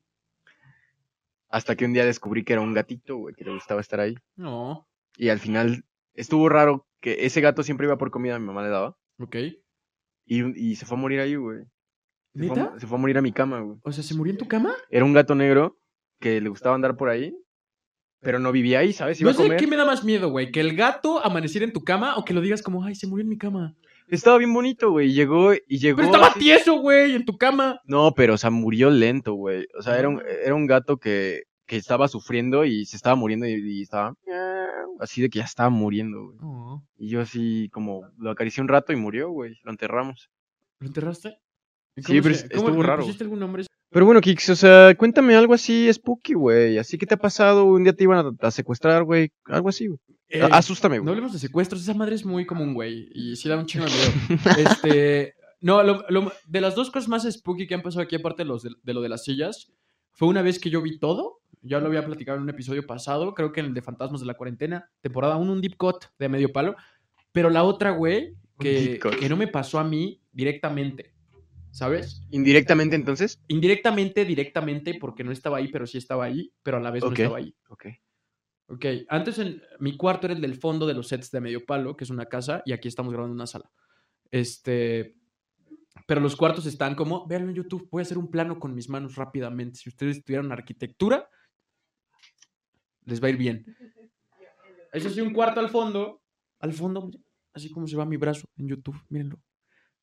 Hasta que un día descubrí que era un gatito, güey, que le gustaba estar ahí.
No.
Y al final estuvo raro que ese gato siempre iba por comida, mi mamá le daba.
Ok.
Y, y se fue a morir ahí, güey. Se fue a-
¿Neta?
se fue a morir a mi cama, güey.
O sea, ¿se murió en tu cama?
Era un gato negro que le gustaba andar por ahí, pero no vivía ahí, ¿sabes? Iba
No
a
sé
comer.
qué me da más miedo, güey. Que el gato amaneciera en tu cama o que lo digas como, ay, se murió en mi cama.
Estaba bien bonito, güey. y Llegó y llegó.
Pero estaba
así-
tieso, güey, en tu cama.
No, pero, o sea, murió lento, güey. O sea, era un, era un gato que, que estaba sufriendo y se estaba muriendo y, y estaba. Así de que ya estaba muriendo, güey. Y yo así como lo acaricié un rato y murió, güey. Lo enterramos.
¿Lo enterraste? ¿Y
Sí,
cómo
pero
se-
es-
cómo-
estuvo
le
raro.
pusiste algún nombre?
Pero bueno, Kix, o sea, cuéntame algo así spooky, güey. Así que te ha pasado, un día te iban a, a secuestrar, güey. Algo así, güey.
Eh,
A- Asústame,
no
güey.
hablemos de secuestros, esa madre es muy común, güey. Y sí da un chingo de miedo.
[laughs]
este, no, lo- lo- de las dos cosas más spooky que han pasado aquí, aparte de, los de, de lo de las sillas, fue una vez que yo vi todo. Ya lo había platicado en un episodio pasado, creo que en el de Fantasmas de la Cuarentena, temporada 1, un deep cut de medio palo. Pero la otra, güey, que,
deep cut.
que no me pasó a mí directamente, ¿sabes?
Indirectamente, entonces.
Indirectamente, directamente, porque no estaba ahí, pero sí estaba ahí, pero a la vez
Ok.
no estaba ahí.
Ok.
Ok, antes en, mi cuarto era el del fondo de los sets de Medio Palo, que es una casa, y aquí estamos grabando en una sala. Este, pero los cuartos están como, vean en YouTube, voy a hacer un plano con mis manos rápidamente. Si ustedes tuvieran arquitectura, les va a ir bien. Eso sí, un cuarto al fondo. Al fondo, mira, así como se va mi brazo en YouTube, mírenlo.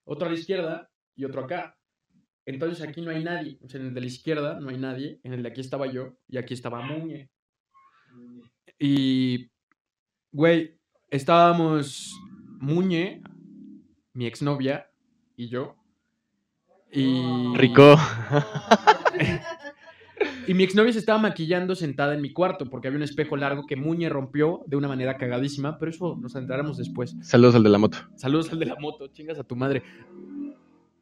Otro a la izquierda y otro acá. Entonces aquí no hay nadie. O sea, en el de la izquierda no hay nadie. En el de aquí estaba yo y aquí estaba Muñe. Y, güey, estábamos Muñe, mi exnovia y yo. Y...
Rico.
Y mi exnovia se estaba maquillando sentada en mi cuarto porque había un espejo largo que Muñe rompió de una manera cagadísima, pero eso nos entráramos después.
Saludos al de la moto.
Saludos al de la moto, chingas a tu madre.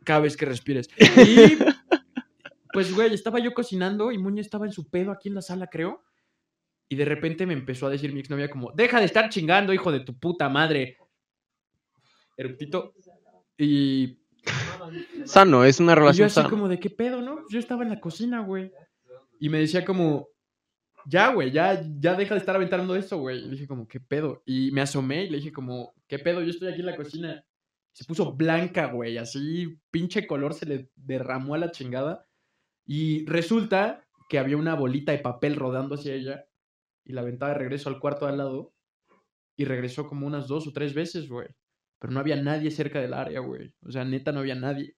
Cada vez que respires. Y pues, güey, estaba yo cocinando y Muñe estaba en su pedo aquí en la sala, creo. Y de repente me empezó a decir mi exnovia como, deja de estar chingando, hijo de tu puta madre. Eruptito. Y
Sano, es una
y yo
relación
así
sana.
como de qué pedo, ¿no? Yo estaba en la cocina, güey. Y me decía como, ya, güey, ya, ya deja de estar aventando eso, güey. Y le dije como, qué pedo. Y me asomé y le dije como, qué pedo, yo estoy aquí en la cocina. Se puso blanca, güey, así pinche color se le derramó a la chingada. Y resulta que había una bolita de papel rodando hacia ella y la aventaba de regreso al cuarto de al lado. Y regresó como unas dos o tres veces, güey. Pero no había nadie cerca del área, güey. O sea, neta, no había nadie.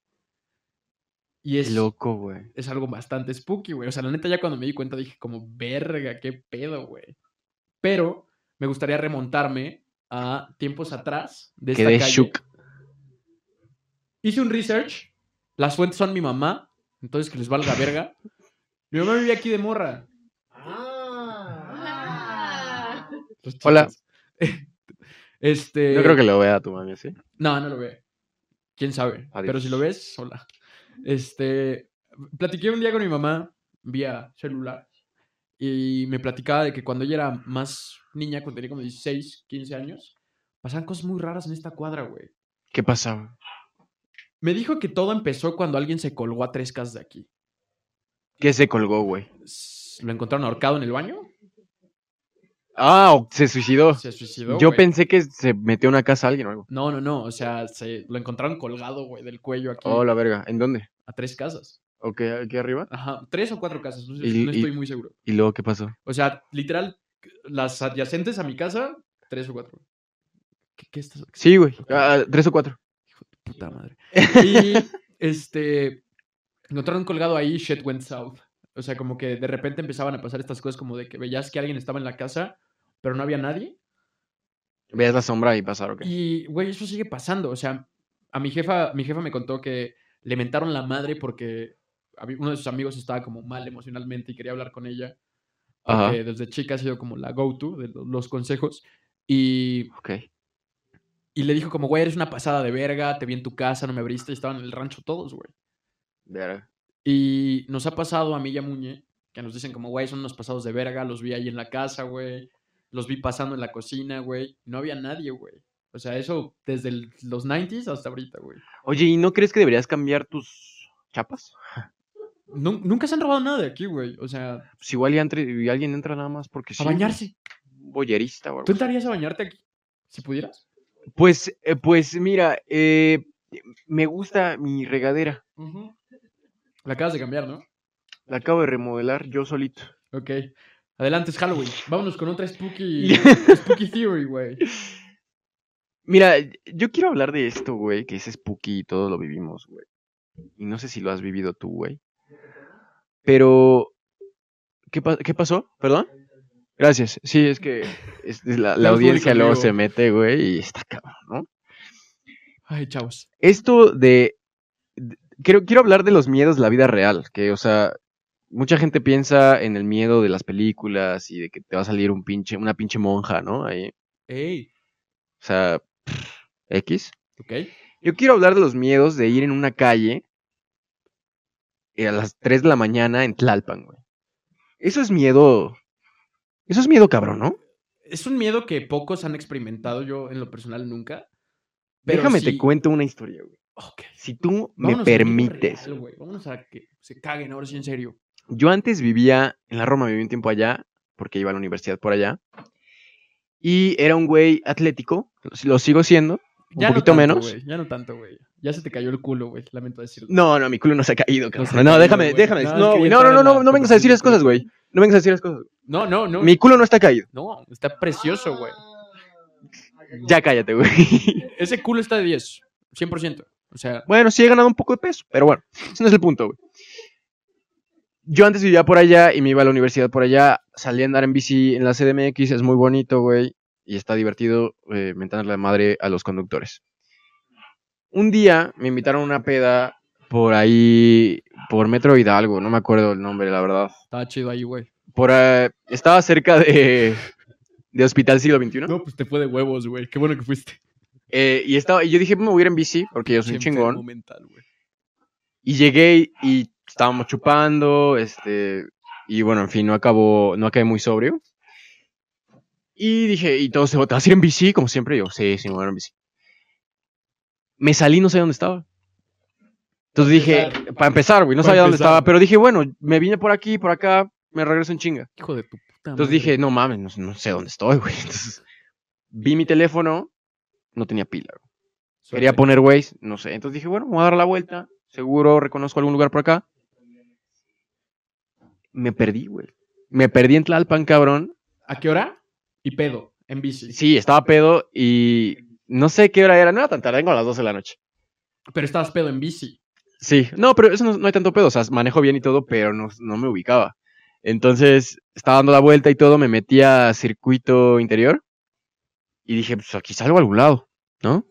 Y
Qué
es,
Loco, güey.
es algo bastante spooky, güey. O sea, la neta, ya cuando me di cuenta dije como, verga, qué pedo, güey. Pero me gustaría remontarme a tiempos atrás de esta
Quedé
calle.
shook.
Hice un research. Las fuentes son mi mamá. Entonces que les valga verga. Mi mamá vivía aquí de morra.
Ah.
Los chistes.
Hola.
[laughs] Este.
No creo que lo vea tu mami así.
No, no lo ve. Quién sabe.
Adiós.
Pero si lo ves, sola. Este. Platiqué un día con mi mamá vía celular. Y me platicaba de que cuando ella era más niña, cuando tenía como 16, 15 años, pasaban cosas muy raras en esta cuadra, güey.
¿Qué pasaba?
Me dijo que todo empezó cuando alguien se colgó a tres casas de aquí.
¿Qué se colgó, güey?
S- ¿Lo encontraron ahorcado en el baño?
Ah, o- se suicidó.
Se suicidó.
Yo
güey.
pensé que se metió a una casa alguien o algo.
No, no, no. O sea, se lo encontraron colgado, güey, del cuello aquí.
Oh, la verga. ¿En dónde?
A tres casas.
¿O qué, aquí arriba?
Ajá. Tres o cuatro casas. No, sé,
Y-
no
y-
estoy muy seguro.
¿Y luego qué pasó?
O sea, literal, las adyacentes a mi casa, tres o cuatro. ¿Qué, qué estás?
Sí, güey. Ah, tres o cuatro.
Puta madre. Y este. Encontraron colgado ahí, shit went south. O sea, como que de repente empezaban a pasar estas cosas, como de que veías que alguien estaba en la casa, pero no había nadie.
Veas la sombra y pasar, ok.
Y, güey, eso sigue pasando. O sea, a mi jefa, mi jefa me contó que le mentaron la madre porque había- uno de sus amigos estaba como mal emocionalmente y quería hablar con ella.
Ajá.
Porque desde chica ha sido como la go-to de lo- los consejos. Y,
Ok.
y le dijo como, güey, eres una pasada de verga, te vi en tu casa, no me abriste. Y estaban en el rancho todos, güey.
Verga.
Y nos ha pasado a mí y a Muñe, que nos dicen como, güey, son unos pasados de verga, los vi ahí en la casa, güey, los vi pasando en la cocina, güey, no había nadie, güey. O sea, eso desde el- los 90s hasta ahorita, güey.
Oye, ¿y no crees que deberías cambiar tus chapas?
Nun- nunca se han robado nada de aquí, güey. O sea,
Pues igual y, entre- y alguien entra nada más porque sí.
a bañarse.
un Boyerista o algo.
¿Tú entrarías a bañarte aquí? Si pudieras.
Pues, eh, pues mira, eh, me gusta mi regadera.
La acabas de cambiar, ¿no?
La acabo de remodelar yo solito.
Ok. Adelante, es Halloween. Vámonos con otra spooky, spooky theory, güey.
Mira, yo quiero hablar de esto, güey, que es spooky y todo lo vivimos, güey. Y no sé si lo has vivido tú, güey. Pero, ¿qué, pa- qué pasó? ¿Perdón? Gracias. Sí, es que es- es la, la
Tenemos
audiencia
público
luego
en vivo.
se mete, güey, y está cabrón, ¿no?
Ay, chavos.
esto de, de- quiero, quiero hablar de los miedos de la vida real, que, o sea, mucha gente piensa en el miedo de las películas y de que te va a salir un pinche, una pinche monja, ¿no? Ahí,
Ey.
o sea, pff, X.
Ok.
Yo quiero hablar de los miedos de ir en una calle eh, a las 3 de la mañana en Tlalpan, güey. Eso es miedo, eso es miedo cabrón, ¿no?
Es un miedo que pocos han experimentado, yo en lo personal nunca. Pero
Déjame
sí-
te cuento una historia, güey.
Ok.
Si tú
Vámonos
me
al miedo
permites.
real, güey. Vámonos a que se caguen ahora sí en serio.
Yo antes vivía en la Roma, viví un tiempo allá, porque iba a la universidad por allá. Y era un güey atlético, lo- lo sigo siendo. Un poquito
no tanto,
menos.
güey, ya no tanto, güey. Ya se te cayó el culo, güey. Lamento decirlo.
No, no, mi culo no se ha caído,
No se
cabrón.
ha
No,
caído,
déjame,
güey.
déjame.
No,
No,
es que
güey,
ya
no,
está
no,
en
no,
la
no, no vengas a decir esas cosas, güey. No vengas a decir las cosas.
No, no, no.
Mi culo no está caído.
No, está precioso, güey.
Ya cállate, güey.
Ese culo está de 10, 100%. O sea,
Bueno, sí he ganado un poco de peso, pero bueno, ese no es el punto, güey. Yo antes vivía por allá y me iba a la universidad por allá. Salí a andar en bici en la CDMX, es muy bonito, güey. Y está divertido eh, mentarle la madre a los conductores. Un día me invitaron a una peda por ahí, por Metro Hidalgo, no me acuerdo el nombre, la verdad.
está chido ahí, güey.
Por, eh, estaba cerca de, de Hospital Siglo XXI.
No, pues te fue de huevos, güey. Qué bueno que fuiste.
Eh, y, estaba, y yo dije, me voy a ir en bici, porque yo soy un
Qué
chingón.
enfermo mental, güey.
Y llegué y, y estábamos chupando, este, y bueno, en fin, no acabó, no acabé muy sobrio. Y dije, y todos, ¿te vas a ir en bici? Como siempre, yo, sí, sí, me voy a ir en bici. Me salí, no sabía dónde estaba. Entonces dije, para empezar, güey, no
Para
sabía dónde
empezar.
estaba, pero dije, bueno, me vine por aquí, por acá, me regreso en chinga.
Hijo de tu puta
Entonces dije, no mames, no, no sé dónde estoy, güey. Entonces, vi mi teléfono, no tenía pila, güey. Quería poner Waze, no sé. Entonces dije, bueno, me voy a dar la vuelta. Seguro reconozco algún lugar por acá. Me perdí, güey. Me perdí en Tlalpan, cabrón.
¿A qué hora? Y pedo, en bici.
Sí, estaba pedo y no sé qué hora era. No era tan tarde, vengo a las 12 de la noche.
Pero estabas pedo en bici.
Sí, no, pero eso no, no hay tanto pedo. O sea, manejo bien y todo, pero no, no me ubicaba. Entonces estaba dando la vuelta y todo, me metí a circuito interior y dije, pues aquí salgo a algún lado, ¿no?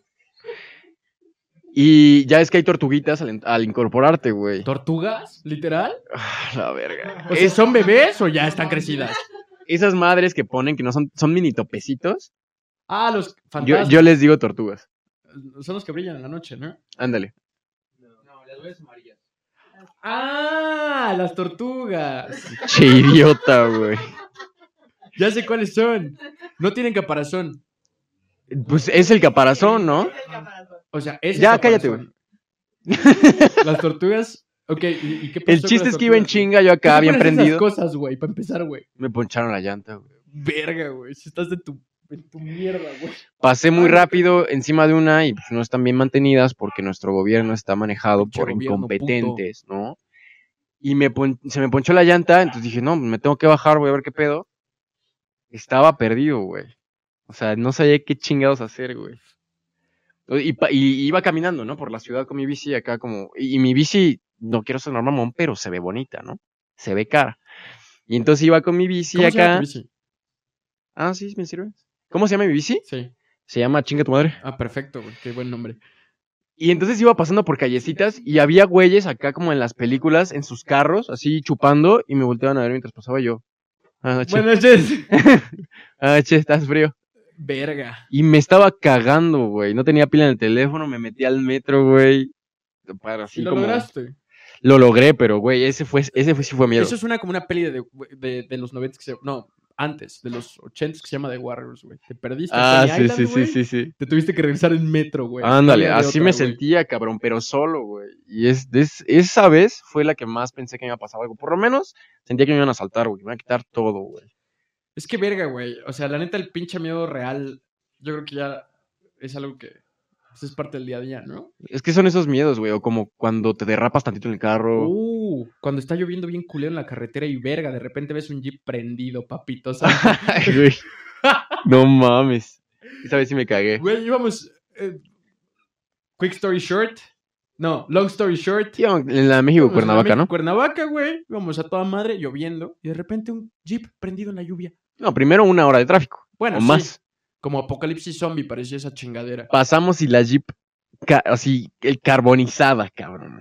Y ya es que hay tortuguitas al, en- al incorporarte, güey.
¿Tortugas? ¿Literal?
Ah, [laughs] La verga.
O sea, Eh, ¿son bebés o ya están crecidas?
Esas madres que ponen que no son, son mini topecitos.
Ah, los
Yo,
fantasmas.
yo les digo tortugas.
Son los que brillan en la noche, ¿no?
Ándale.
Ah, las tortugas.
[laughs] Che idiota, güey.
Ya sé cuáles son. No tienen caparazón.
Pues es el caparazón, ¿no?
Es el caparazón.
O sea, es el
Ya, cállate,
caparazón. Las tortugas. Ok, ¿y, y qué pasó
El
con
chiste
las
es que iba en
tortugas?
chinga
¿Qué
yo
te
acá, bien
pones esas
prendido.
cosas, güey, para empezar, güey.
Me poncharon la llanta, güey.
Verga, güey. Si estás de tu, en tu mierda, güey.
Pasé
Ah,
muy rápido encima de una y pues, no están bien mantenidas porque nuestro gobierno está manejado
Pinche
por
gobierno,
incompetentes, ¿no? Y me pon- se me ponchó la llanta, entonces dije, no, me tengo que bajar, voy a ver qué pedo. Estaba perdido, güey. O sea, no sabía qué chingados hacer, güey. Y, pa- y iba caminando, ¿no? Por la ciudad con mi bici acá como... Y, y mi bici, no quiero sonar mamón, pero se ve bonita, ¿no? Se ve cara. Y entonces iba con mi bici
¿Cómo se llama
acá...
tu bici?
Ah, sí, me sirve. ¿Cómo se llama mi bici?
Sí.
Se llama Chinga tu madre.
Ah, perfecto, güey. Qué buen nombre.
Y entonces iba pasando por callecitas y había güeyes acá como en las películas, en sus carros, así chupando y me volteaban a ver mientras pasaba yo. Ah, che,
Buenas noches.
[laughs] ah, che, estás frío.
Verga.
Y me estaba cagando, güey. No tenía pila en el teléfono, me metí al metro, güey. Para así
¿Y lo
como...
lograste?
Lo logré, pero, güey, ese fue, ese fue, sí fue miedo.
Eso suena como una peli de, de, de los 90 que se No, antes, de los 80 que se llama The Warriors, güey. Te perdiste. en
ah,
Coney
sí,
Island,
sí, sí,
güey.
sí, sí.
Te tuviste que regresar en metro, güey.
Ándale,
No había de
así
otra,
me
güey.
sentía, cabrón, pero solo, güey. Y es, es- esa vez fue la que más pensé que me iba a pasar algo. Por lo menos sentía que me iban a saltar, güey. Me iban a quitar todo, güey.
Es que verga, güey. O sea, la neta, el pinche miedo real, yo creo que ya es algo que pues, es parte del día a día, ¿no?
Es que son esos miedos, güey. O como cuando te derrapas tantito en el carro.
Uh, cuando está lloviendo bien culero en la carretera y verga, de repente ves un jeep prendido, papito. o sea,
[laughs] Ay, güey. no mames. Esa vez [laughs] sí me cagué.
güey, íbamos. eh, quick story short. No, long story short.
Sí, en la
Íbamos en
México,
la
Cuernavaca,
México-
¿no?
Cuernavaca, güey. Íbamos a toda madre lloviendo y de repente un jeep prendido en la lluvia.
No, primero una hora de tráfico.
Bueno,
o
sí,
más.
Como apocalipsis zombie parecía esa chingadera.
Pasamos y la Jeep, ca- así, el carbonizada, cabrón.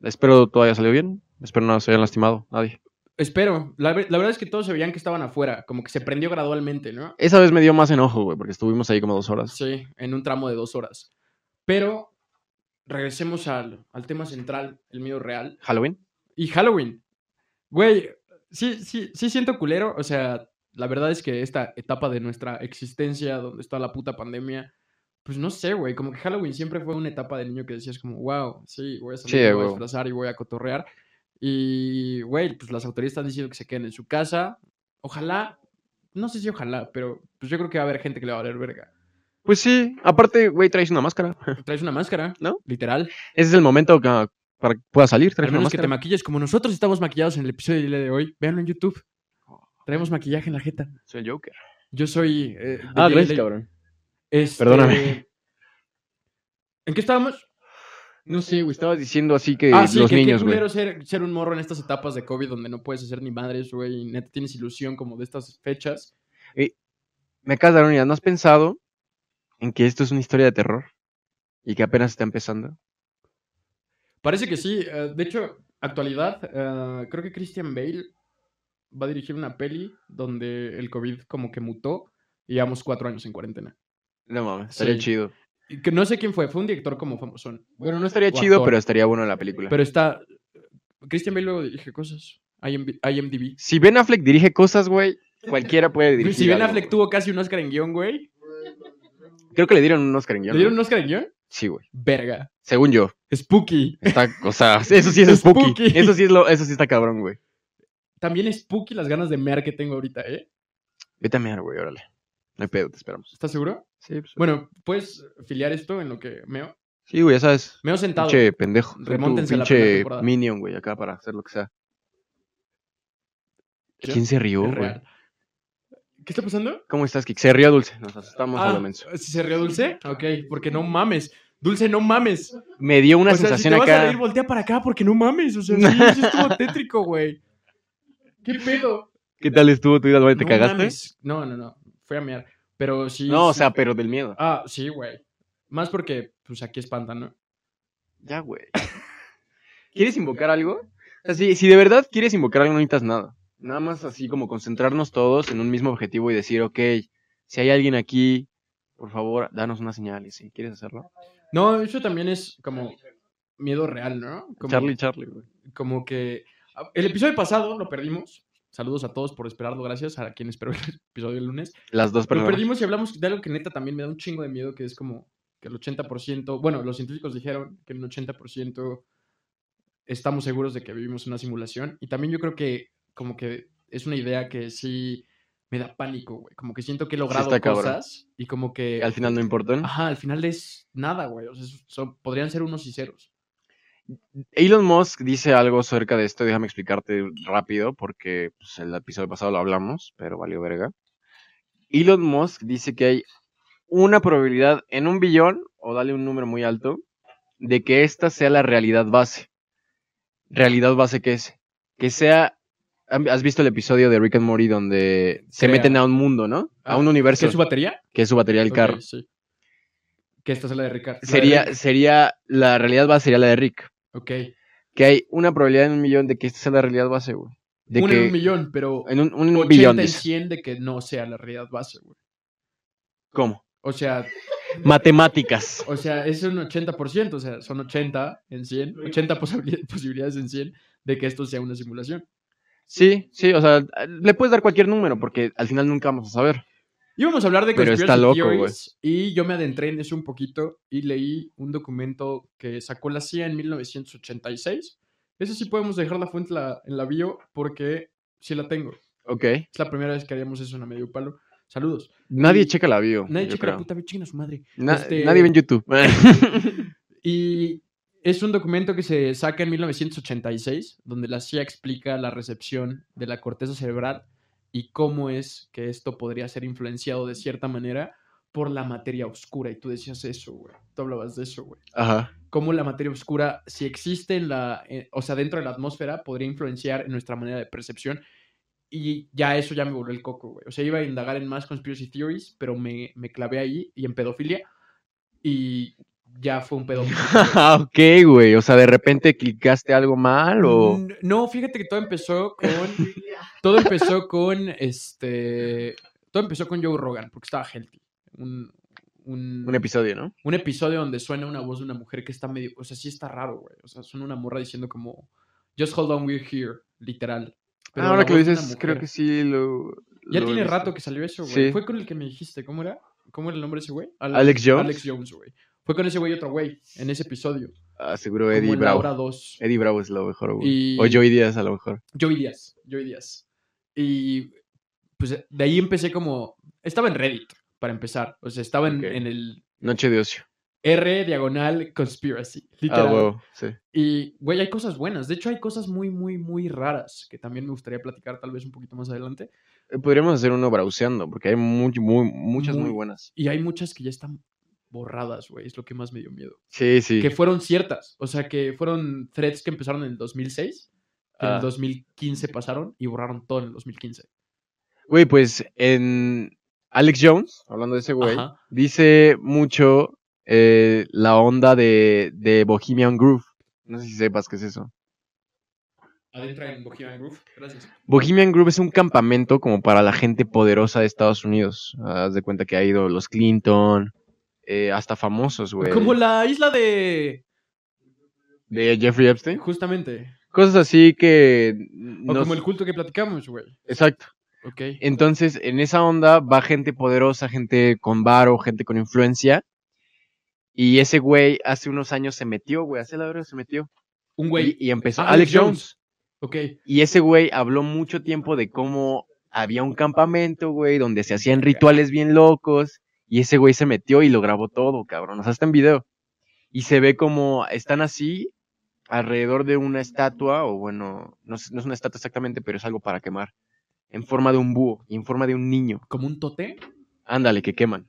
Espero todavía salió bien. Espero no se hayan lastimado nadie.
Espero. La, ve- la verdad es que todos se veían que estaban afuera, como que se prendió gradualmente, ¿no?
Esa vez me dio más enojo, güey, porque estuvimos ahí como dos horas.
Sí, en un tramo de dos horas. Pero regresemos al, al tema central, el miedo real.
¿Halloween?
Y Halloween. Güey, sí, sí, sí siento culero. O sea, la verdad es que esta etapa de nuestra existencia, donde está la puta pandemia, pues no sé, güey. Como que Halloween siempre fue una etapa de niño que decías como, wow, sí, voy a salir,
Sí,
me voy a
güey.
disfrazar y voy a cotorrear. Y, güey, pues las autoridades están diciendo que se queden en su casa. Ojalá, no sé si ojalá, pero pues yo creo que va a haber gente que le va a valer verga.
Pues sí. Aparte, güey, traes una máscara.
Traes una máscara,
[laughs] ¿No?
Literal.
Ese es el momento que, ah, para que pueda salir. Traje
Al
una
menos que te
máscara.
maquilles como nosotros estamos maquillados en el episodio del día de hoy. Véanlo en YouTube. Traemos maquillaje en la jeta.
Soy el Joker.
Yo soy. eh,
Ah,
DJ
gracias,
Ley.
cabrón.
Este,
Perdóname.
¿En qué estábamos?
No sé, güey, estabas diciendo así que
ah, sí,
los
que
niños,
qué
güey.
culero ser, ser un morro en estas etapas de COVID donde no puedes hacer ni madres, güey, y neta tienes ilusión como de estas fechas.
Me acabas de dar una idea. ¿No has pensado en que esto es una historia de terror? Y que apenas está empezando.
Parece que sí. eh, de hecho, actualidad, eh, creo que Christian Bale va a dirigir una peli donde el COVID como que mutó y llevamos cuatro años en cuarentena.
No mames, estaría
Sí.
chido.
Y que no sé quién fue, fue un director como famosón.
Bueno, no estaría
O
chido,
actor.
pero estaría bueno la película.
Pero está... Christian Bale luego dirige cosas. IMB IMDb.
Si Ben Affleck dirige cosas, güey, cualquiera puede dirigir.
Si Ben
algo,
Affleck
güey.
tuvo casi un Oscar en guión, güey.
Creo que le dieron un Oscar en
¿Le
guión.
dieron
¿no?
un Oscar en guión?
Sí, güey.
Verga.
Según yo.
Spooky.
Está, o sea, eso sí es spooky.
Spooky.
Eso sí es lo, eso sí está cabrón, güey.
También es spooky las ganas de mear que tengo ahorita, ¿eh?
Vete a mear, güey, órale. No hay pedo, te esperamos.
¿Estás seguro?
Sí, pues,
Bueno, ¿puedes filiar esto en lo que meo?
sí, güey, ya sabes.
Meo sentado.
Pinche pendejo. Soy tu
Remóntense a la primera
pinche
temporada.
minion, güey, acá para hacer lo que sea.
Yo-
¿Quién se rió,
es
güey?
real. ¿Qué está pasando?
¿Cómo estás, Kik? Se rió Dulce. Nos asustamos a
Ah,
lo menso.
¿Si se rió Dulce? Ok, porque no mames. Dulce, no mames.
Me dio una
o sea, si
sensación
te vas a
acá.
reír, voltea para acá porque no mames. O sea, sí, sí
[laughs]
estuvo tétrico, güey. ¿Qué pedo?
¿Qué tal estuvo tu vida al baño? ¿Te
No
cagaste?
mames. No, no, no. Fui a mear. Pero sí.
No, o
sí-
sea, pero del miedo.
Ah, sí, güey. Más porque, pues aquí espantan, ¿no?
Ya, güey. [laughs] ¿Quieres invocar algo? O sea, si, si de verdad quieres invocar algo, no necesitas nada. Nada más así como concentrarnos todos en un mismo objetivo y decir, ok, si hay alguien aquí, por favor, danos una señal. Y si quieres hacerlo.
No, eso también es como miedo real, ¿no? Como,
Charlie, Charlie, güey.
Como que. ah, El episodio pasado lo perdimos. Saludos a todos por esperarlo, gracias a quien esperó el episodio el lunes.
Las dos
Lo
personas.
perdimos y hablamos de algo que neta también me da un chingo de miedo, que es como que el 80%, bueno, los científicos dijeron que en un 80% estamos seguros de que vivimos una simulación. Y también yo creo que como que es una idea que sí me da pánico, güey. Como que siento que he logrado
está cabrón.
cosas y como que...
eh, Al final no importan.
Este, Ajá, al final es nada, güey. O sea, es- son- podrían ser unos y ceros.
Elon Musk dice algo acerca de esto, déjame explicarte rápido, porque pues, el episodio pasado lo hablamos, pero valió verga. Elon Musk dice que hay una probabilidad en un billón, o dale un número muy alto, de que esta sea la realidad base. ¿Realidad base qué es? Que sea... ¿han- ¿Has visto el episodio de Rick and Morty donde se
Crea.
meten a un mundo, no?
Ah,
a un universo,
¿Qué es su batería?
que es su batería del
Ok,
carro.
sí. Que esta es la de Ricardo.
Sería, sería, la realidad base sería la de Rick.
Ok.
que hay una probabilidad en un millón de que esta sea la realidad base, güey. De
Una
que
en un millón, pero...
en un, un
80
billón.
en
dice.
100 de que no sea la realidad base, güey.
¿Cómo?
O sea,
Matemáticas.
o sea, es un 80%, o sea, son 80 en 100, 80 posabili- [laughs] posibilidades en 100 de que esto sea una simulación.
Sí, sí, o sea, le puedes dar cualquier número porque al final nunca vamos a saber.
Íbamos a hablar de
Pero
conspiracy
está loco,
theories y yo me adentré en eso un poquito y leí un documento que sacó la CIA en 1986. Ese sí podemos dejar la fuente en la- en la bio porque sí la tengo.
Ok.
Es la primera vez que haríamos eso en a medio palo. Saludos.
Nadie
Y-
checa la bio.
Nadie
yo
checa la
creo.
puta, ve, chinguen a su madre.
Na-
este-
Nadie ve en YouTube. [laughs]
Y es un documento que se saca en 1986, donde la CIA explica la recepción de la corteza cerebral y cómo es que esto podría ser influenciado de cierta manera por la materia oscura. Y tú decías eso, güey. Tú hablabas de eso, güey.
Ajá.
Cómo la materia oscura, si existe en la, eh, o sea, dentro de la atmósfera, podría influenciar en nuestra manera de percepción. Y ya eso ya me voló el coco, güey. O sea, iba a indagar en más conspiracy theories, pero me, me clavé ahí y en pedofilia. Y ya fue un pedófilo.
Ah, ok, güey. O sea, de repente clicaste algo mal o.
N- No, fíjate que todo empezó con. todo empezó con este. Todo empezó con Joe Rogan, porque estaba healthy. Un, un,
Un episodio, ¿no?
un episodio donde suena una voz de una mujer que está medio. O sea, sí está raro, güey. O sea, suena una morra diciendo como. Just hold on, we're here. Literal. Pero
Ah, ahora
la
que lo
voz de una
dices, creo
mujer.
que sí lo.
Ya
lo he
tiene
visto.
rato que salió eso, güey.
Sí.
Fue con el que me dijiste, ¿cómo era? ¿Cómo era el nombre de ese güey? Al-
Alex Jones.
Alex Jones, güey. Fue con ese güey y otro güey, en ese episodio.
Ah, seguro
como
Eddie
en la
Bravo.
hora 2.
Eddie Bravo es lo mejor, güey.
Y-
O Joey Díaz a lo mejor.
Joey Díaz, Joey Díaz. Y pues de ahí empecé como... Estaba en Reddit, para empezar. O sea, estaba en,
Ok.
en el...
Noche de ocio.
R diagonal conspiracy.
Ah,
Literal.
huevo, sí.
Y, güey, hay cosas buenas. De hecho, hay cosas muy, muy, muy raras que también me gustaría platicar tal vez un poquito más adelante.
Eh, Podríamos hacer uno browseando, porque hay muy, muy, muchas muy
Muy.
buenas.
Y hay muchas que ya están borradas, güey. Es lo que más me dio miedo.
Sí, sí.
Que fueron ciertas. O sea, que fueron threads que empezaron en el 2006, que en
Ah.
el 2015 pasaron y borraron todo en el 2015.
Güey, pues en Alex Jones, hablando de ese güey,
Ajá.
dice mucho eh, la onda de, de Bohemian Groove. No sé si sepas qué es eso.
Adentra en Bohemian Groove. Gracias.
Bohemian Groove es un campamento como para la gente poderosa de Estados Unidos. Haz de cuenta que ha ido los Clinton, eh, hasta famosos, güey.
Como la isla de...
De Jeffrey Epstein.
Justamente.
Cosas así que...
O
no
como
s-
el culto que platicamos, güey.
Exacto.
Ok.
Eh, Entonces, en esa onda va gente poderosa, gente con varo, gente con influencia. Y ese güey hace unos años se metió, güey, hace la verdad se metió.
Un
Y,
güey. Ah,
y empezó.
Alex
Alex
Jones.
Jones.
Ok.
Y ese güey habló mucho tiempo de cómo había un campamento, güey, donde se hacían rituales bien locos. Y ese güey se metió y lo grabó todo, cabrón. O sea, está en video. Y se ve como están así alrededor de una estatua, o bueno, no es, no es una estatua exactamente, pero es algo para quemar. En forma de un búho y en forma de un niño.
Como un totem.
Ándale, que queman.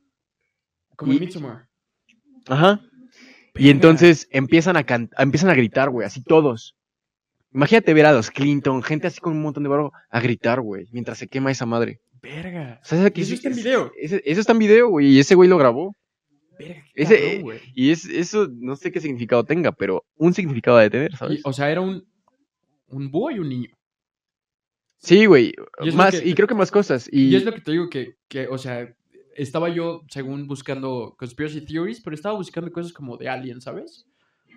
Como en
Y-
Midsommar.
Ajá. Y entonces empiezan a cantar, empiezan a gritar, güey, así todos. Imagínate ver a los Clinton, gente así con un montón de barro, a gritar, güey, mientras se quema esa madre.
Verga.
O sea, esa que-
Eso está en
es-
video.
ese- eso está en video, güey, y ese güey lo grabó.
Verga, qué
Ese,
cabrón,
eh,
güey.
Y es, eso no sé qué significado tenga, pero un significado ha de tener,
Y,
¿sabes?
o sea, era un, un búho y un niño.
Sí, güey,
Y es lo
más,
que-
y creo que más cosas.
Y,
Y,
es lo que te digo que, que, o sea, estaba yo, según, buscando conspiracy theories, pero estaba buscando cosas como de aliens, ¿sabes?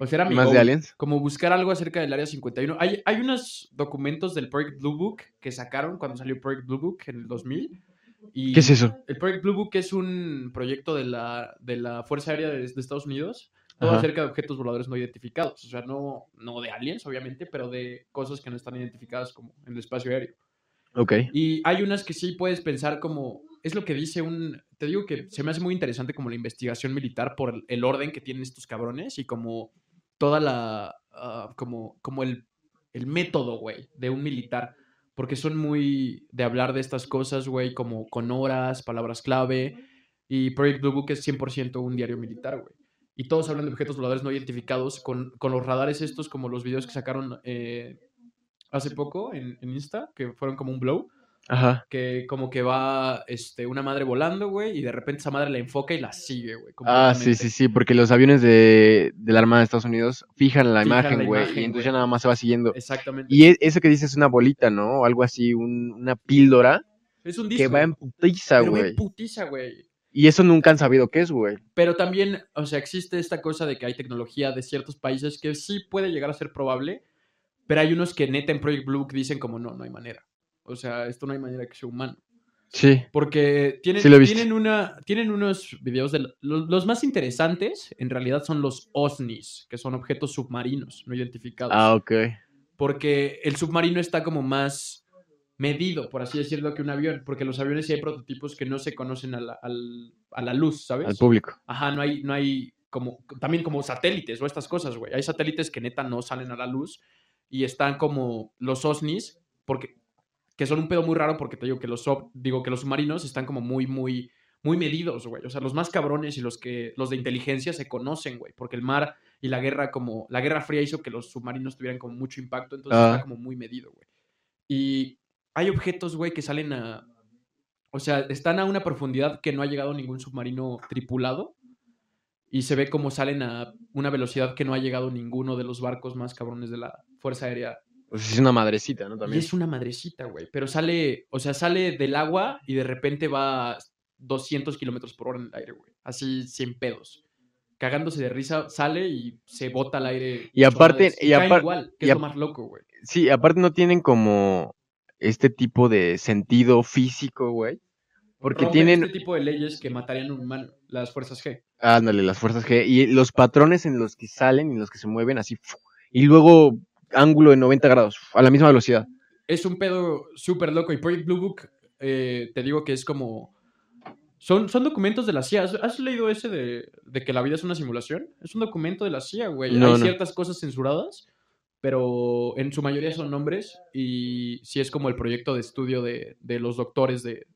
O sea, era mi
más de
goal,
aliens.
Como buscar algo acerca del Área 51. Hay, hay unos documentos del Project Blue Book que sacaron cuando salió Project Blue Book en el 2000. Y
¿Qué es eso?
El Project Blue Book es un proyecto de la, de la Fuerza Aérea de, de Estados Unidos, todo
Ajá.
acerca de objetos voladores no identificados, o sea, no, no de aliens, obviamente, pero de cosas que no están identificadas como en el espacio aéreo.
Ok.
Y hay unas que sí puedes pensar como, es lo que dice un, te digo que se me hace muy interesante como la investigación militar por el- el orden que tienen estos cabrones y como toda la, ah, como, como el, el método, güey, de un militar. Porque son muy de hablar de estas cosas, güey, como con horas, palabras clave. Y Project Blue Book es 100% un diario militar, güey. Y todos hablan de objetos voladores no identificados con, con los radares estos, como los videos que sacaron eh, hace poco en, en Insta, que fueron como un blow
Ajá.
que como que va este, una madre volando, güey, y de repente esa madre la enfoca y la sigue, güey.
Ah, sí, sí, sí, porque los aviones de, de la Armada de Estados Unidos fijan la
Fijan la
imagen, güey,
imagen,
y entonces
güey.
ya nada más se va siguiendo.
Exactamente.
Y e- eso que dices es una bolita, ¿no? O algo así, un- una píldora
es un disco.
que va en putiza,
pero va en
güey.
putiza, güey.
Y eso nunca han sabido qué es, güey.
Pero también, o sea, existe esta cosa de que hay tecnología de ciertos países que sí puede llegar a ser probable, pero hay unos que neta en Project Blue Book dicen como, no, no hay manera. O sea, esto no hay manera que sea humano.
Sí.
Porque tienen,
Sí lo he visto.
tienen, una, tienen unos videos de... Los, los más interesantes, en realidad, son los OSNIs, que son objetos submarinos no identificados.
Ah, ok.
porque el submarino está como más medido, por así decirlo, que un avión, porque los aviones sí hay prototipos que no se conocen a la, al- a la luz,
Al
¿sabes?
público.
Ajá, no hay, no hay como, también como satélites o estas cosas, güey. Hay satélites que neta no salen a la luz y están como los OSNIs, porque, que son un pedo muy raro porque te digo que los, sub- digo que los submarinos están como muy, muy, muy medidos, güey. O sea, los más cabrones y los que, los de inteligencia se conocen, güey, porque el mar y la guerra como, la guerra fría hizo que los submarinos tuvieran como mucho impacto, entonces
Ah.
está como muy medido, güey. Y hay objetos, güey, que salen a, o sea, están a una profundidad que no ha llegado ningún submarino tripulado. Y se ve cómo salen a una velocidad que no ha llegado ninguno de los barcos más cabrones de la Fuerza Aérea.
O sea, es una madrecita, ¿no?
Y
También.
es una madrecita, güey. Pero sale, o sea, sale del agua y de repente va a 200 kilómetros por hora en el aire, güey. Así sin pedos. Cagándose de risa, sale y se bota al aire.
Y aparte-
chorradas.
y
caen
apar-
igual, que
y
es lo
ap-
más loco, güey.
Sí, aparte no tienen como este tipo de sentido físico, güey. Porque
Rompen
tienen,
este tipo de leyes que matarían a un humano, las fuerzas G.
ándale, las fuerzas G y los patrones en los que salen y en los que se mueven así. fu- Y luego ángulo de 90 grados, a la misma velocidad.
es un pedo súper loco. Y Project Blue Book, eh, te digo que es como Son, son documentos de la CIA. ¿Has- ¿Has leído ese de, de que la vida es una simulación? Es un documento de la CIA, güey.
No,
Hay
no.
ciertas cosas censuradas, pero en su mayoría son nombres y sí es como el proyecto de estudio de, de los doctores de...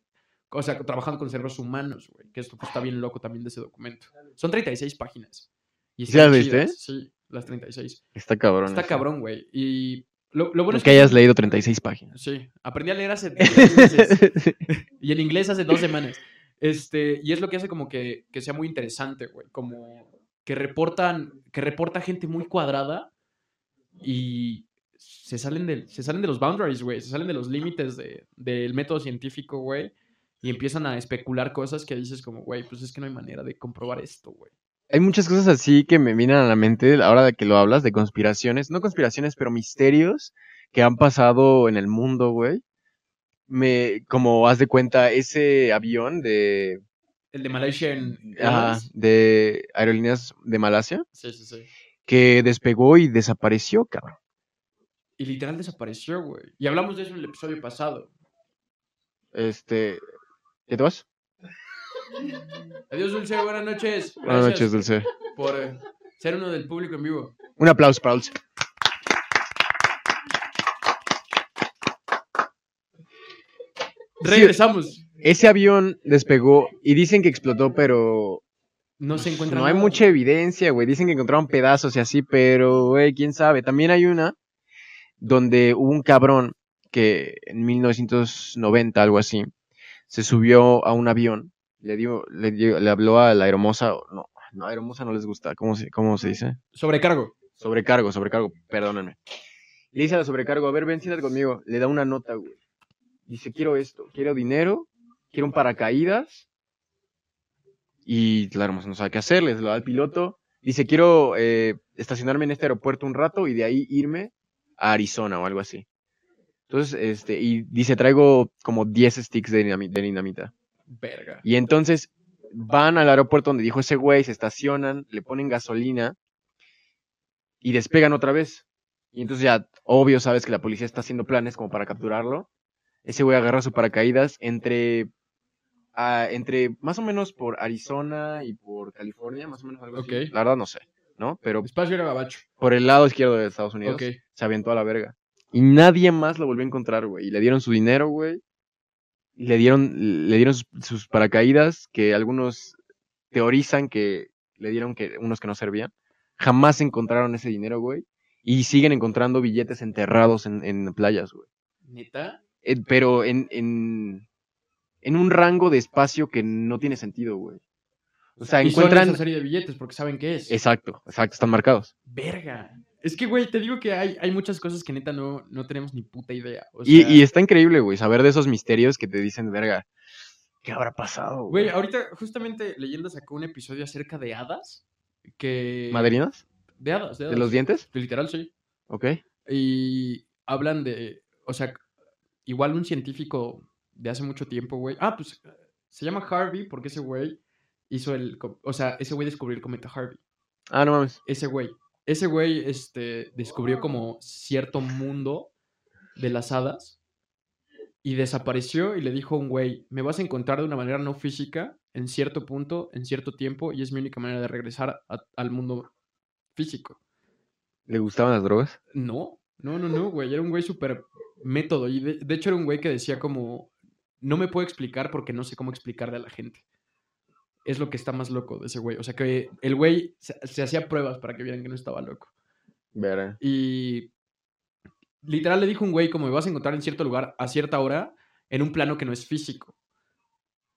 O sea, trabajando con cerebros humanos, güey. Que esto pues, está bien loco también de ese documento. Son 36 páginas. ¿Y
¿Sí las
están
leíste?
chidas, Sí, las 36.
Está cabrón.
Está
eso.
cabrón, güey. Y lo, lo bueno
Aunque
es que...
hayas leído 36 páginas.
Sí, aprendí a leer
[laughs]
hace 10 meses. Y en inglés hace dos semanas. Este, y es lo que hace como que, que sea muy interesante, güey. Como que reportan, que reporta gente muy cuadrada y se salen de, se salen de los boundaries, güey. Se salen de los límites de- del método científico, güey. Y empiezan a especular cosas que dices como, güey, pues es que no hay manera de comprobar esto, güey.
Hay muchas cosas así que me vienen a la mente a la hora de que lo hablas, de conspiraciones, no conspiraciones, pero misterios que han pasado en el mundo, güey. Me, como haz de cuenta, ese avión de,
El de Malaysian
ajá,
Airlines.
de aerolíneas de Malasia
Sí, sí, sí.
que despegó y desapareció, cabrón.
Y literal desapareció, güey. Y hablamos de eso en el episodio pasado.
Este, ¿ya te vas?
Adiós, Dulce. Buenas noches.
Buenas
Gracias.
noches, Dulce.
por eh, ser uno del público en vivo.
Un aplauso para Dulce.
Regresamos.
Ese avión despegó y dicen que explotó, pero
No se encuentra.
No hay
nada.
mucha evidencia, güey. Dicen que encontraron pedazos y así, pero, güey, quién sabe. También hay una donde hubo un cabrón que en 1990, algo así, se subió a un avión. Le dio, le, dio- le habló a la aeromoza. o No, no, aeromoza no les gusta. ¿Cómo se, cómo se dice?
Sobrecargo.
Sobrecargo, sobrecargo, perdónenme. Le dice a la sobrecargo, a ver, ven, siéntate conmigo. Le da una nota, güey. Dice, quiero esto, quiero dinero, quiero un paracaídas. Y claro, pues, no sabe qué hacer, les lo da al piloto. Dice, quiero eh, estacionarme en este aeropuerto un rato y de ahí irme a Arizona o algo así. Entonces, este, y dice, traigo como 10 sticks de dinami- de dinamita.
Verga.
Y entonces van al aeropuerto donde dijo ese güey, se estacionan, le ponen gasolina y despegan otra vez. Y entonces ya, obvio, sabes que la policía está haciendo planes como para capturarlo. Ese güey agarra su paracaídas entre, ah, entre más o menos por Arizona y por California, más o menos algo así.
Ok.
La verdad no sé, ¿no? Pero
Espacio era gabacho.
por el lado izquierdo de Estados Unidos
Ok.
se aventó a la verga. Y nadie más lo volvió a encontrar, güey. Y le dieron su dinero, güey. Y le dieron, le dieron sus, sus paracaídas, que algunos teorizan que le dieron que unos que no servían. Jamás encontraron ese dinero, güey. Y siguen encontrando billetes enterrados en, en playas, güey.
Neta.
Eh, pero en, en, en un rango de espacio que no tiene sentido, güey. O sea,
Y encuentran.
encuentran...
Una serie de billetes porque saben qué es.
Exacto, exacto, están marcados.
Verga. Es que, güey, te digo que hay, hay muchas cosas que neta no, no tenemos ni puta idea. O
Y,
sea,
y está increíble, güey, saber de esos misterios que te dicen, verga, ¿qué habrá pasado?
Güey, ahorita justamente Leyenda sacó un episodio acerca de hadas. Que.
¿Maderinas?
De hadas, de hadas.
¿De los dientes?
Literal, sí.
Ok.
Y hablan de, o sea, igual un científico de hace mucho tiempo, güey. Ah, pues se llama Harvey porque ese güey hizo el, co- o sea, ese güey descubrió el cometa Harvey.
Ah, no mames.
Ese güey, ese güey este, descubrió como cierto mundo de las hadas y desapareció y le dijo a un güey, me vas a encontrar de una manera no física en cierto punto, en cierto tiempo y es mi única manera de regresar a- al mundo físico.
¿Le gustaban las drogas?
No, no, no, no, güey. Era un güey súper método. Y de, de hecho era un güey que decía como, no me puedo explicar porque no sé cómo explicarle a la gente. Es lo que está más loco de ese güey. O sea que el güey se, se hacía pruebas para que vieran que no estaba loco.
Verga.
Y literal le dijo un güey como me vas a encontrar en cierto lugar a cierta hora en un plano que no es físico.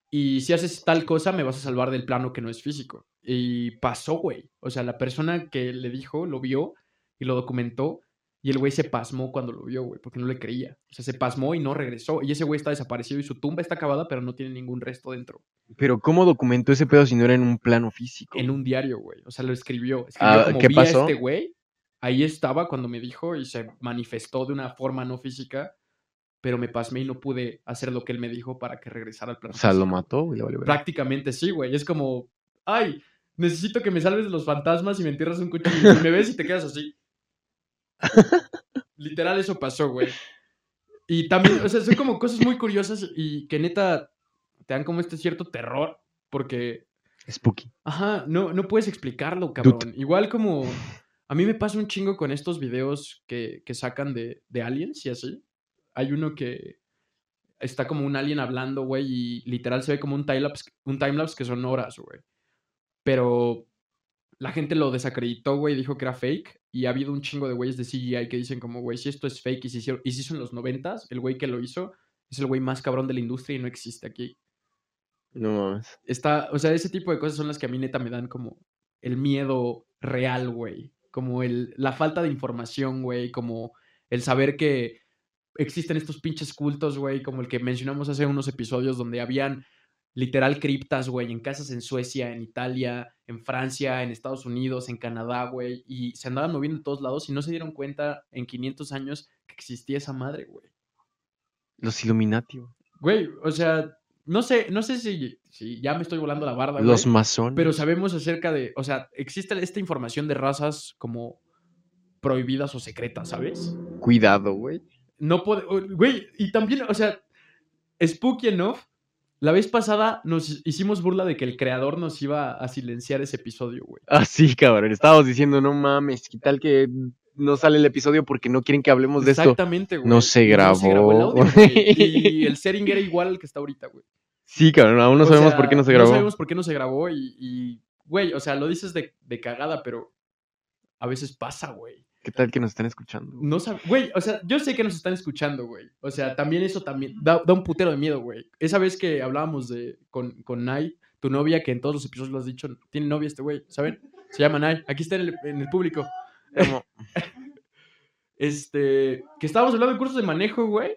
Y si haces tal cosa me vas a salvar del plano que no es físico. Y pasó, güey. O sea, la persona que le dijo lo vio y lo documentó y el güey se pasmó cuando lo vio, güey, porque no le creía. O sea, se pasmó y no regresó. Y ese güey está desaparecido y su tumba está acabada, pero no tiene ningún resto dentro.
Pero ¿cómo documentó ese pedo si no era en un plano físico?
En un diario, güey. O sea, lo escribió. escribió
Ah,
como
¿qué
"Vi a
pasó?
este güey. Ahí estaba cuando me dijo y se manifestó de una forma no física, pero me pasmé y no pude hacer lo que él me dijo para que regresara al
O
plano.
sea, lo
físico".
mató, güey. le valió verga.
Prácticamente sí, güey. Es como, ay, necesito que me salves de los fantasmas y me entierras un cuchillo. Y me ves y te quedas
[laughs]
así. Literal, eso pasó, güey. Y también, o sea, son como cosas muy curiosas y que neta te dan como este cierto terror porque
Spooky.
Ajá, no, no puedes explicarlo, cabrón. Igual como a mí me pasa un chingo con estos videos que, que sacan de, de aliens y así. Hay uno que está como un alien hablando, güey, y literal se ve como un timelapse, un timelapse que son horas, güey. Pero la gente lo desacreditó, güey, dijo que era fake. Y ha habido un chingo de güeyes de CGI que dicen como, güey, si esto es fake y se, hicieron, y se hizo en los noventas, el güey que lo hizo es el güey más cabrón de la industria y no existe aquí
No mames.
está, o sea, ese tipo de cosas son las que a mí neta me dan como el miedo real, güey. Como el, la falta de información, güey. Como el saber que existen estos pinches cultos, güey. Como el que mencionamos hace unos episodios donde habían literal criptas, güey, en casas en Suecia, en Italia, en Francia, en Estados Unidos, en Canadá, güey. Y se andaban moviendo en todos lados y no se dieron cuenta en 500 años que existía esa madre, güey.
Los Illuminati, güey.
Güey, o sea, no sé, no sé si, si ya me estoy volando la barda, güey.
Los masones.
Pero sabemos acerca de, o sea, existe esta información de razas como prohibidas o secretas, ¿sabes?
Cuidado, güey.
No puede, o- güey, y también, o sea, spooky enough, la vez pasada nos hicimos burla de que el creador nos iba a silenciar ese episodio, güey.
Ah, sí, cabrón. Estábamos diciendo, no mames, ¿qué tal que no sale el episodio porque no quieren que hablemos de esto?
Exactamente, güey.
No se
el
grabó.
audio, güey, y el setting era igual al que está ahorita, güey.
Sí, cabrón. Aún no
O
sabemos
sea,
por qué no se grabó.
No sabemos por qué no se grabó y, y, güey, o sea, lo dices de, de cagada, pero a veces pasa, güey.
¿Qué tal que nos están escuchando?
No sab- güey, o sea, yo sé que nos están escuchando, güey. O sea, también eso también da, da un putero de miedo, güey. Esa vez que hablábamos de con, con Nai, tu novia, que en todos los episodios lo has dicho, tiene novia este güey, ¿saben? Se llama Nai. Aquí está en el, en el público.
Como-
Este, que estábamos hablando de cursos de manejo, güey.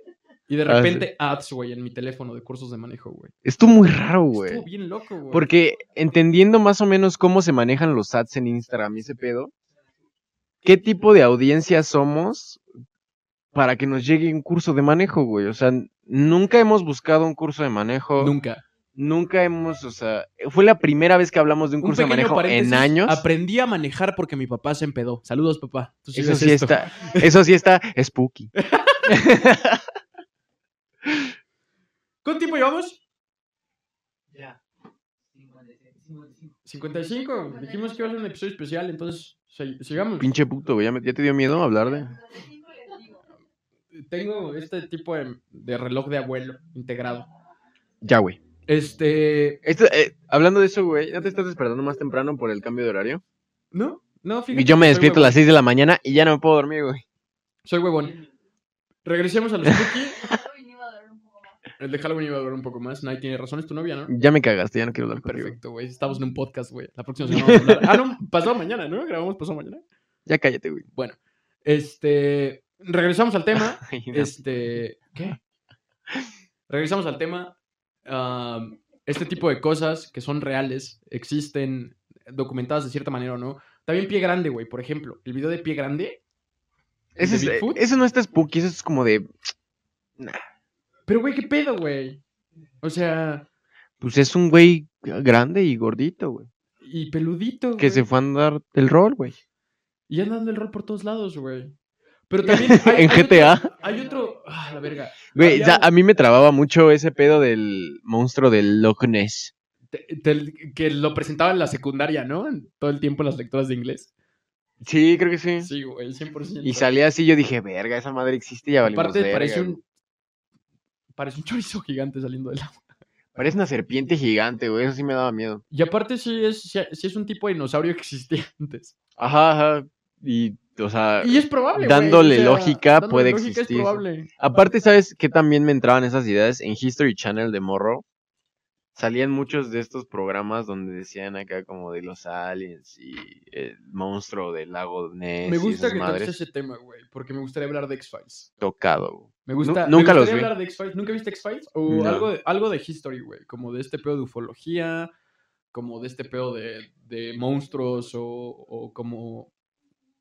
Y de
Ah, sí.
repente ads, güey, en mi teléfono de cursos de manejo, güey.
Estuvo muy raro, güey.
Estuvo bien loco, güey.
Porque entendiendo más o menos cómo se manejan los ads en Instagram y ese pedo, ¿qué tipo de audiencia somos para que nos llegue un curso de manejo, güey? O sea, nunca hemos buscado un curso de manejo.
Nunca.
Nunca hemos, o sea, fue la primera vez que hablamos de un,
Un
curso de
pequeño
manejo
paréntesis,
en años.
Aprendí a manejar porque mi papá se empedó. Saludos, papá. Tú
Eso
sigues
sí
esto.
está, eso sí está spooky.
¿Cuánto tiempo llevamos? 55, dijimos que iba a ser un episodio especial, entonces sig- sigamos.
Pinche puto, güey, ya, me- ya te dio miedo hablar de.
Tengo este tipo de, de reloj de abuelo integrado.
Ya, güey.
Este,
Esto, eh, hablando de eso, güey, ¿ya te estás despertando más temprano por el cambio de horario?
¿no? No, fíjate.
Y yo me
que soy
despierto a
huevón.
las 6 de la mañana y ya no me puedo dormir, güey.
Soy huevón. Regresemos
[laughs]
a los cookies. El de Halloween iba a durar un poco más. Nadie tiene razón, es tu novia, ¿no?
Ya me cagaste, ya no quiero hablar contigo.
Perfecto, güey. Estamos en un podcast, güey. La próxima semana vamos a hablar. Ah, no, pasado mañana, ¿no? Grabamos pasado mañana.
Ya cállate, güey.
Este, regresamos al tema.
Ay, no.
Este. ¿Qué? Regresamos al tema. Am, este tipo de cosas que son reales, existen, documentadas de cierta manera o no. También Pie Grande, güey, por ejemplo. El video de Pie Grande.
Ese
¿de
es-
Bigfoot?
eso no está spooky, eso es como de.
Pero, güey, ¿qué pedo, güey? O sea,
Pues es un güey grande y gordito, güey.
y peludito.
Que
güey,
se fue a andar el rol, güey.
Y andando el rol por todos lados, güey. Pero también. hay-
En
hay otro-
GTA.
Hay otro. Ah, la verga.
Güey,
Había
ya
un-
a mí me trababa mucho ese pedo del monstruo del Loch Ness.
Te- te- que lo presentaba en la secundaria, ¿no? En- Todo el tiempo en las lecturas de inglés.
Sí, creo que sí.
Sí, güey, 100%.
Y salía así, yo dije, verga, esa madre existe y ya valimos
Aparte
verga,
parece
güey".
un parece un [laughs] chorizo gigante saliendo del agua.
Parece una serpiente gigante, güey. Eso sí me daba miedo.
Y aparte sí es sí sí es un tipo de dinosaurio que existía [laughs] antes.
Ajá, ajá. Y, o sea.
Y es probable, güey,
Ah, Dándole lógica, puede
Es
existir.
probable.
Aparte, ¿sabes qué también me entraban esas ideas? En History Channel de Morro salían muchos de estos programas donde decían acá como de los aliens y el monstruo del lago Ness.
Me
y
gusta
esas
que
madres.
toques ese tema, güey, porque me gustaría hablar de X-Files.
tocado. güey.
Me gusta
Nu- nunca
me
los
gustaría
vi.
hablar de X-Files. ¿Nunca viste X-Files? O
No.
algo de, algo de history, güey, como de este pedo de ufología, como de este pedo de, de monstruos o, o como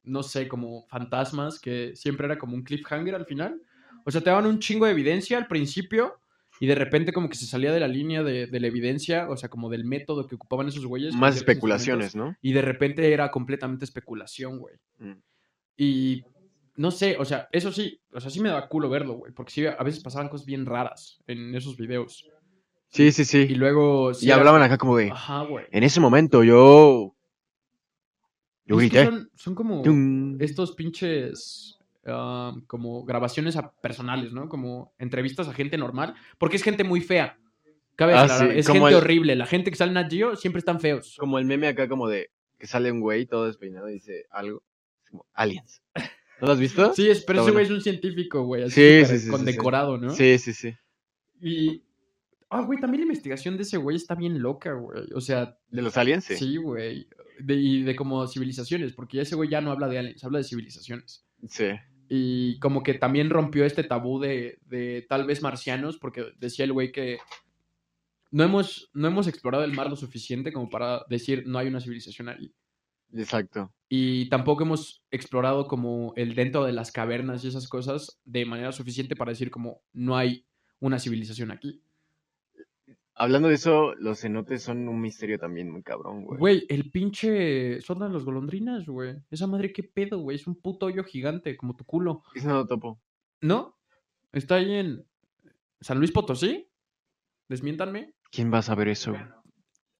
no sé, como fantasmas que siempre era como un cliffhanger al final. O sea, te daban un chingo de evidencia al principio y de repente como que se salía de la línea de, de la evidencia, o sea, como del método que ocupaban esos güeyes. con
Más
ciertos
especulaciones, ¿no?
y de repente era completamente especulación, güey.
Mm.
Y no sé, o sea, eso sí, o sea, sí me daba culo verlo, güey, porque sí, a veces pasaban cosas bien raras en esos videos.
Sí, sí, sí.
Y luego. sí
y Ah.
era-
hablaban acá como de.
Ajá, güey.
En ese momento yo. Yo
Es que
grité.
Son, son como
Tum.
estos pinches. ah, como grabaciones a personales, ¿no? Como entrevistas a gente normal. Porque es gente muy fea. Cabe
Ah,
aclarar,
sí,
Es
como
gente
el-
horrible. La gente que sale en Nat Geo siempre están feos.
Como el meme acá, como de que sale un güey todo despeinado y dice algo. Es Como, aliens. ¿No lo has visto?
Sí, es, pero
Está
ese güey
bueno.
es un científico, güey. así
Sí,
súper
sí, sí, sí,
Condecorado, ¿no?
sí, sí. sí.
Y. Ah, güey, también la investigación de ese güey está bien loca, güey. O sea,
¿De los aliens? Sí.
sí, güey. De- y de como civilizaciones, porque ese güey ya no habla de aliens, habla de civilizaciones.
Sí.
Y como que también rompió este tabú de, de tal vez marcianos, porque decía el güey que no hemos, no hemos explorado el mar lo suficiente como para decir no hay una civilización ahí.
Exacto.
Y tampoco hemos explorado como el dentro de las cavernas y esas cosas de manera suficiente para decir como no hay una civilización aquí.
Hablando de eso, los cenotes son un misterio también muy cabrón, güey.
Güey, el pinche... Son las golondrinas, güey. Esa madre, qué pedo, güey. Es un puto hoyo gigante, como tu culo.
Es no lo topo.
¿No? Está ahí en San Luis Potosí. Desmiéntanme.
¿Quién va a saber eso? güey?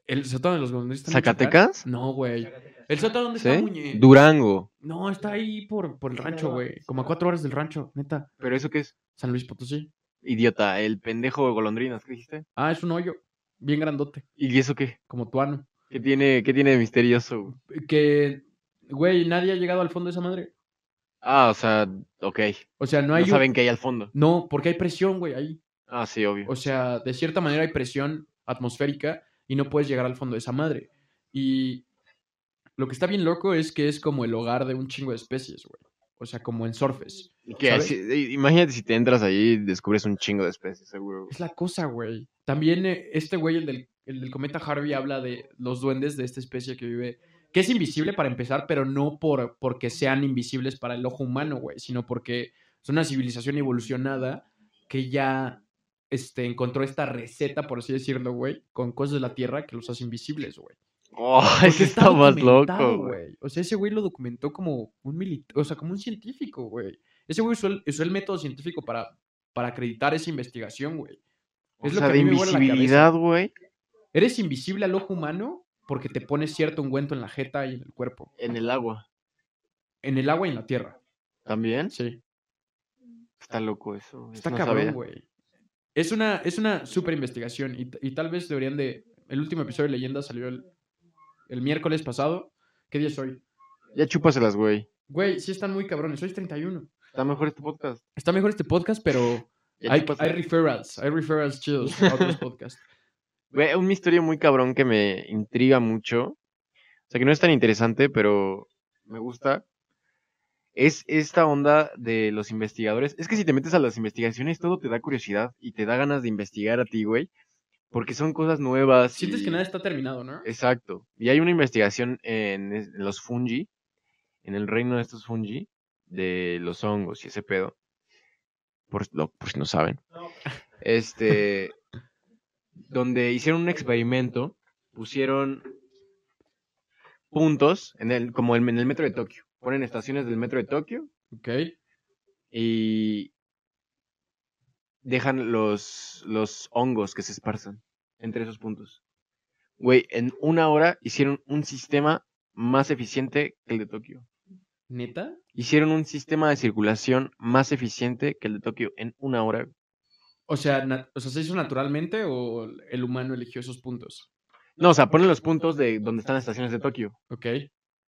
El sótano de los golondrinas. está en Michoacán?
¿Zacatecas?
No, güey. ¿El sótano dónde está, Muñe?
¿Sí? Durango.
no, está ahí por, por el rancho, güey. Como a cuatro horas del rancho, neta.
¿Pero eso qué es?
San Luis Potosí.
Idiota, el pendejo de golondrinas, ¿qué dijiste?
Ah, es un hoyo. Bien grandote,
¿Y eso qué?
como tuano.
¿Qué tiene, qué tiene de misterioso? güey?
Que, güey, nadie ha llegado al fondo de esa madre.
Ah, o sea, ok.
O sea, no
No,
hay... un-
saben qué hay al fondo.
No, porque hay presión, güey, ahí.
Ah, sí, obvio.
O sea, de cierta manera hay presión atmosférica y no puedes llegar al fondo de esa madre. Y lo que está bien loco es que es como el hogar de un chingo de especies, güey. O sea, como en surfes.
¿Y qué?
¿sabes?
Si- eh, imagínate si te entras ahí y descubres un chingo de especies, seguro. güey.
Es la cosa, güey. También eh, este güey, el del, el del cometa Harvey, habla de los duendes de esta especie que vive. Que es invisible para empezar, pero no por, porque sean invisibles para el ojo humano, güey. Sino porque es una civilización evolucionada que ya este, encontró esta receta, por así decirlo, güey, con cosas de la Tierra que los hace invisibles, güey.
[laughs] Oh, ese
Porque
está más
documentado,
loco, güey.
O sea, ese güey lo documentó como un militar, o sea, como un científico, güey. Ese güey usó el, usó el método científico para, para acreditar esa investigación, güey.
O
Es lo
sea,
que a
de
mí me vuela la
invisibilidad, güey.
cabeza. Eres invisible al ojo humano porque te pones cierto ungüento en la jeta y en el cuerpo.
En el agua.
En el agua y en la tierra.
¿También?
Sí.
Está loco eso.
Está
eso no
cabrón,
sabía.
güey. Es una, es una super investigación y, t- y tal vez deberían de... El último episodio de Leyenda salió el, el miércoles pasado. ¿Qué día es hoy?
Ya chúpaselas, güey.
Güey, sí están muy cabrones. Hoy es 31.
Está mejor este podcast.
Está mejor este podcast, pero...
Ya
Hay, hay
chúpaselas.
referrals, hay referrals chidos a otros podcasts.
Güey, un misterio muy cabrón que me intriga mucho. O sea, que no es tan interesante, pero me gusta. Es esta onda de los investigadores. Es que si te metes a las investigaciones, todo te da curiosidad y te da ganas de investigar a ti, güey. Porque son cosas nuevas.
Sientes que
y-
nada está terminado, ¿no?
Eh, Exacto. Y hay una investigación en, es- en los fungi, en el reino de estos fungi, de los hongos y ese pedo. Por, si- no, por si no saben. Este. donde hicieron un experimento, pusieron puntos, en el, como en, en el metro de Tokio. Ponen estaciones del metro de Tokio
Ok.
y dejan los, los hongos que se esparzan entre esos puntos. Güey, en una hora hicieron un sistema más eficiente que el de Tokio.
¿Neta?
Hicieron un sistema de circulación más eficiente que el de Tokio en una hora.
O sea, na- o sea, ¿se hizo naturalmente o el humano eligió esos puntos?
No, o sea, ponen los puntos de donde están las estaciones de Tokio.
Ok.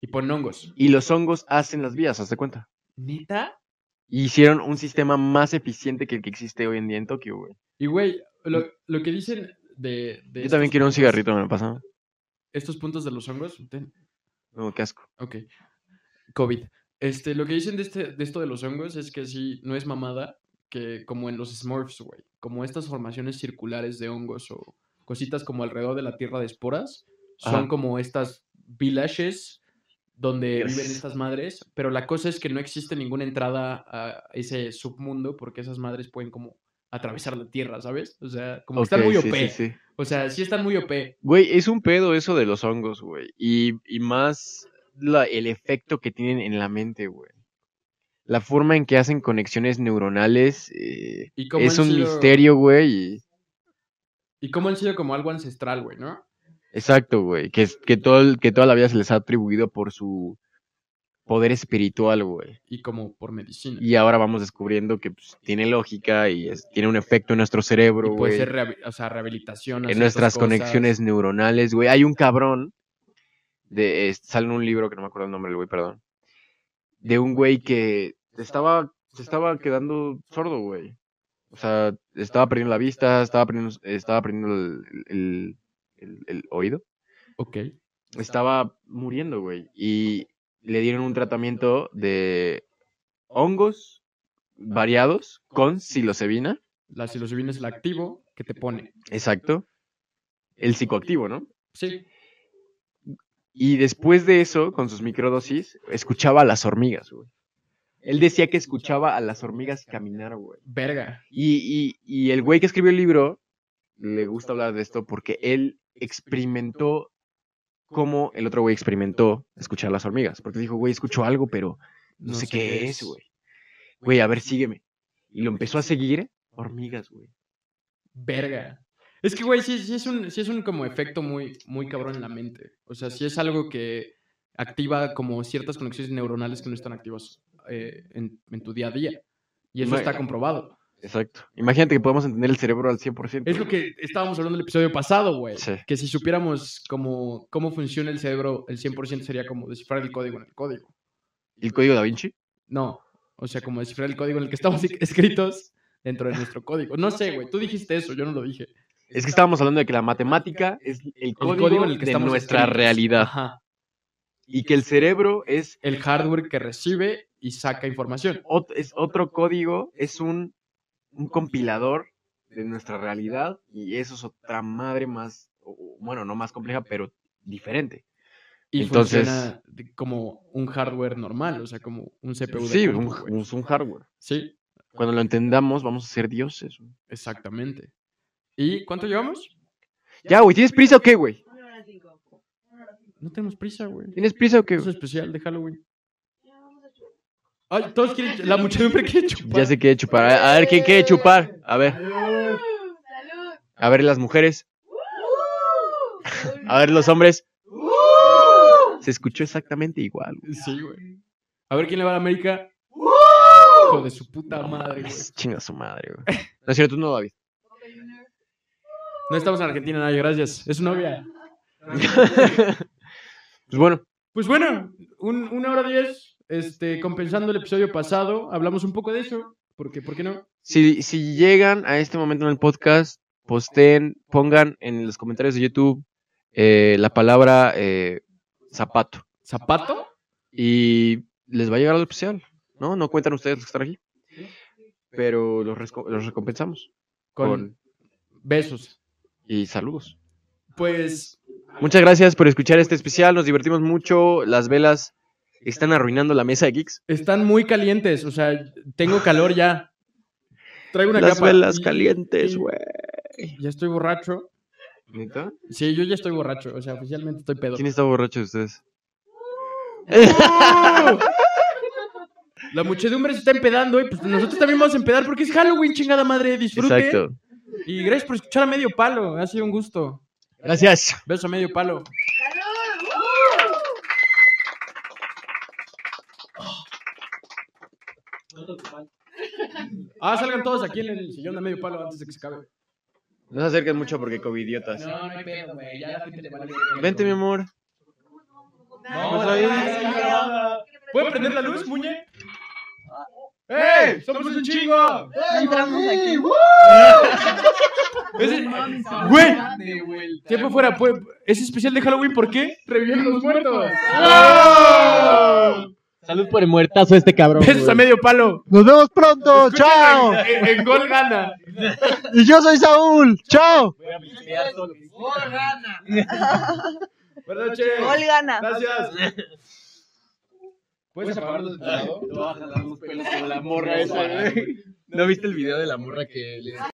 Y ponen hongos.
Y los hongos hacen las vías, hazte cuenta.
¿Neta?
Y hicieron un sistema más eficiente que el que existe hoy en día en Tokio, güey.
Y, güey, lo, lo que dicen de, de
Yo
estos
también quiero un
puntos-
cigarrito, me lo pasan.
Estos puntos de los hongos. ten,
No, qué asco.
Ok. COVID. Este, lo que dicen de, este, de esto de los hongos es que sí, no es mamada que como en los Smurfs, güey. Como estas formaciones circulares de hongos o cositas como alrededor de la tierra de esporas. Son
Ajá.
como estas villages donde
Dios.
viven estas madres. Pero la cosa es que no existe ninguna entrada a ese submundo porque esas madres pueden como atravesar la tierra, ¿sabes? O sea, como que están
Ok,
muy
sí,
OP.
sí, sí.
O sea, sí están muy OP.
Güey, es un pedo eso de los hongos, güey. Y, y más la- el efecto que tienen en la mente, güey. La forma en que hacen conexiones neuronales eh,
¿Y cómo
es
han
un
sido-
misterio, güey. y-
Y cómo han sido como algo ancestral, güey, ¿no?
Exacto, güey. Que, es- que, todo, el- que toda la vida se les ha atribuido por su poder espiritual, güey.
Y como por medicina.
Y ahora vamos descubriendo que pues, tiene lógica y es- tiene un efecto en nuestro cerebro,
Y puede
güey.
ser rehabi- o sea, rehabilitación. a
en
ciertas
nuestras
cosas.
conexiones neuronales, güey. Hay un cabrón de eh, sale en un libro que no me acuerdo el nombre del güey, perdón. De un güey que estaba se estaba quedando sordo, güey. O sea, estaba perdiendo la vista, estaba perdiendo estaba perdiendo el, el- el- el oído,
Ok.
estaba muriendo, güey, y le dieron un tratamiento de hongos variados con psilocibina,
La psilocibina es el activo que te pone.
exacto. El psicoactivo, ¿no?
Sí.
Y después de eso, con sus microdosis, escuchaba a las hormigas, güey. Él decía que escuchaba a las hormigas caminar, güey.
Verga.
Y, y- y el güey que escribió el libro le gusta hablar de esto porque él experimentó como el otro güey experimentó escuchar a las hormigas. Porque dijo, güey, escucho algo, pero no, sé, qué es, güey. Güey, a ver, sígueme. Y lo empezó a seguir hormigas, güey.
Verga. Es que, güey, sí, sí es un, sí es un como efecto muy, muy cabrón en la mente. O sea, sí es algo que activa como ciertas conexiones neuronales que no están activas eh, en, en tu día a día. Y eso
Ma-
está comprobado.
Exacto. Imagínate que podemos entender el cerebro al 100%.
Es lo que estábamos hablando en el episodio pasado, güey.
Sí.
Que si supiéramos cómo, pues, cómo funciona el cerebro, el 100% sería como descifrar el código en el código.
¿El código da Vinci?
No. O sea, como descifrar el código en el que estamos [laughs] escritos dentro de nuestro código. No sé, güey. Tú dijiste eso, yo no lo dije.
Es que estábamos hablando de que la matemática es el código, de nuestra
escritos.
realidad
Ajá.
y que el cerebro es,
El hardware que recibe y saca información.
ot- es otro código, es un, un compilador de nuestra realidad y eso es otra madre más, o- o, bueno, no más compleja, pero diferente.
Y
Entonces-
funciona de- como un hardware normal, o sea, como un CPU. de
Sí,
compu,
un,
güey.
un- es un hardware.
Sí,
Cuando lo entendamos vamos a ser dioses. güey.
exactamente. ¿Y cuánto llevamos?
Ya, güey, ¿tienes prisa o qué, güey?
Una hora cinco. Una hora cinco.
No tenemos prisa, güey.
¿Tienes prisa o qué?
Es
güey?
especial de Halloween.
Ya, vamos a chupar.
Ay, todos quieren. La muchedumbre quiere chupar.
Ya se quiere chupar. A a ver, ¿quién quiere chupar? A ver,
¡Salud!
a ver las mujeres,
¡Uh!
a ver los hombres.
¡Uh!
Se escuchó exactamente igual. güey.
Sí, güey. A ver quién le va a la América. Hijo de su puta
No
madre, güey.
mames, Chinga su madre, güey. No es cierto, tú no, David. [laughs]
No estamos en Argentina, nadie, gracias. Es su novia.
Pues bueno,
Pues bueno, un- una hora diez, este, compensando el episodio pasado, hablamos un poco de eso, porque, ¿por qué no?
si, si llegan a este momento en el podcast, posteen, pongan en los comentarios de YouTube eh, la palabra eh, zapato.
¿Zapato?
Y les va a llegar algo especial. No, no cuentan ustedes los que están aquí. Pero los, resco- los recompensamos
Con,
con...
besos.
y saludos.
Pues,
Muchas gracias por escuchar este especial. Nos divertimos mucho. Las velas están arruinando la mesa de geeks.
están muy calientes, o sea, tengo calor ya. Traigo una
Las
capa.
velas
y-
calientes,
y-
güey.
Ya estoy borracho.
¿Neta?
Sí, yo ya estoy borracho, o sea, oficialmente estoy pedo.
¿Quién [laughs] está borracho
[laughs]
de ustedes?
La muchedumbre se está empedando y pues nosotros también vamos a empedar porque es Halloween, chingada madre, disfruten.
Exacto.
Y gracias por escuchar a Medio Palo, ha sido un gusto.
Gracias.
Beso a Medio Palo.
¡Salud! ¡Uh!
Ah, salgan todos aquí en el sillón de medio palo antes de que se acabe.
No se acerquen mucho porque covidiotas.
No, no hay pedo, güey. Ya la gente te va a
Vente, mi amor.
No,
está bien.
¿Pueden prender la luz, Muñe? ¡Ey! ¡Somos un chingo!
Entramos aquí.
[laughs] Ese- ¡Güey! Tiempo fuera, pues. Es especial de Halloween, ¿por qué? Reviven los muertos.
Salud por el muertazo este cabrón.
Besos a
güey.
medio palo.
Nos vemos pronto. Chao.
[laughs] En, en gol gana.
Y yo soy Saúl. Chao.
[laughs] Buenas noches.
Gol gana.
Gracias. ¿Puedes apagar los
Te vas a jalar los pelos como la morra esa, güey.
¿No viste el video de la morra que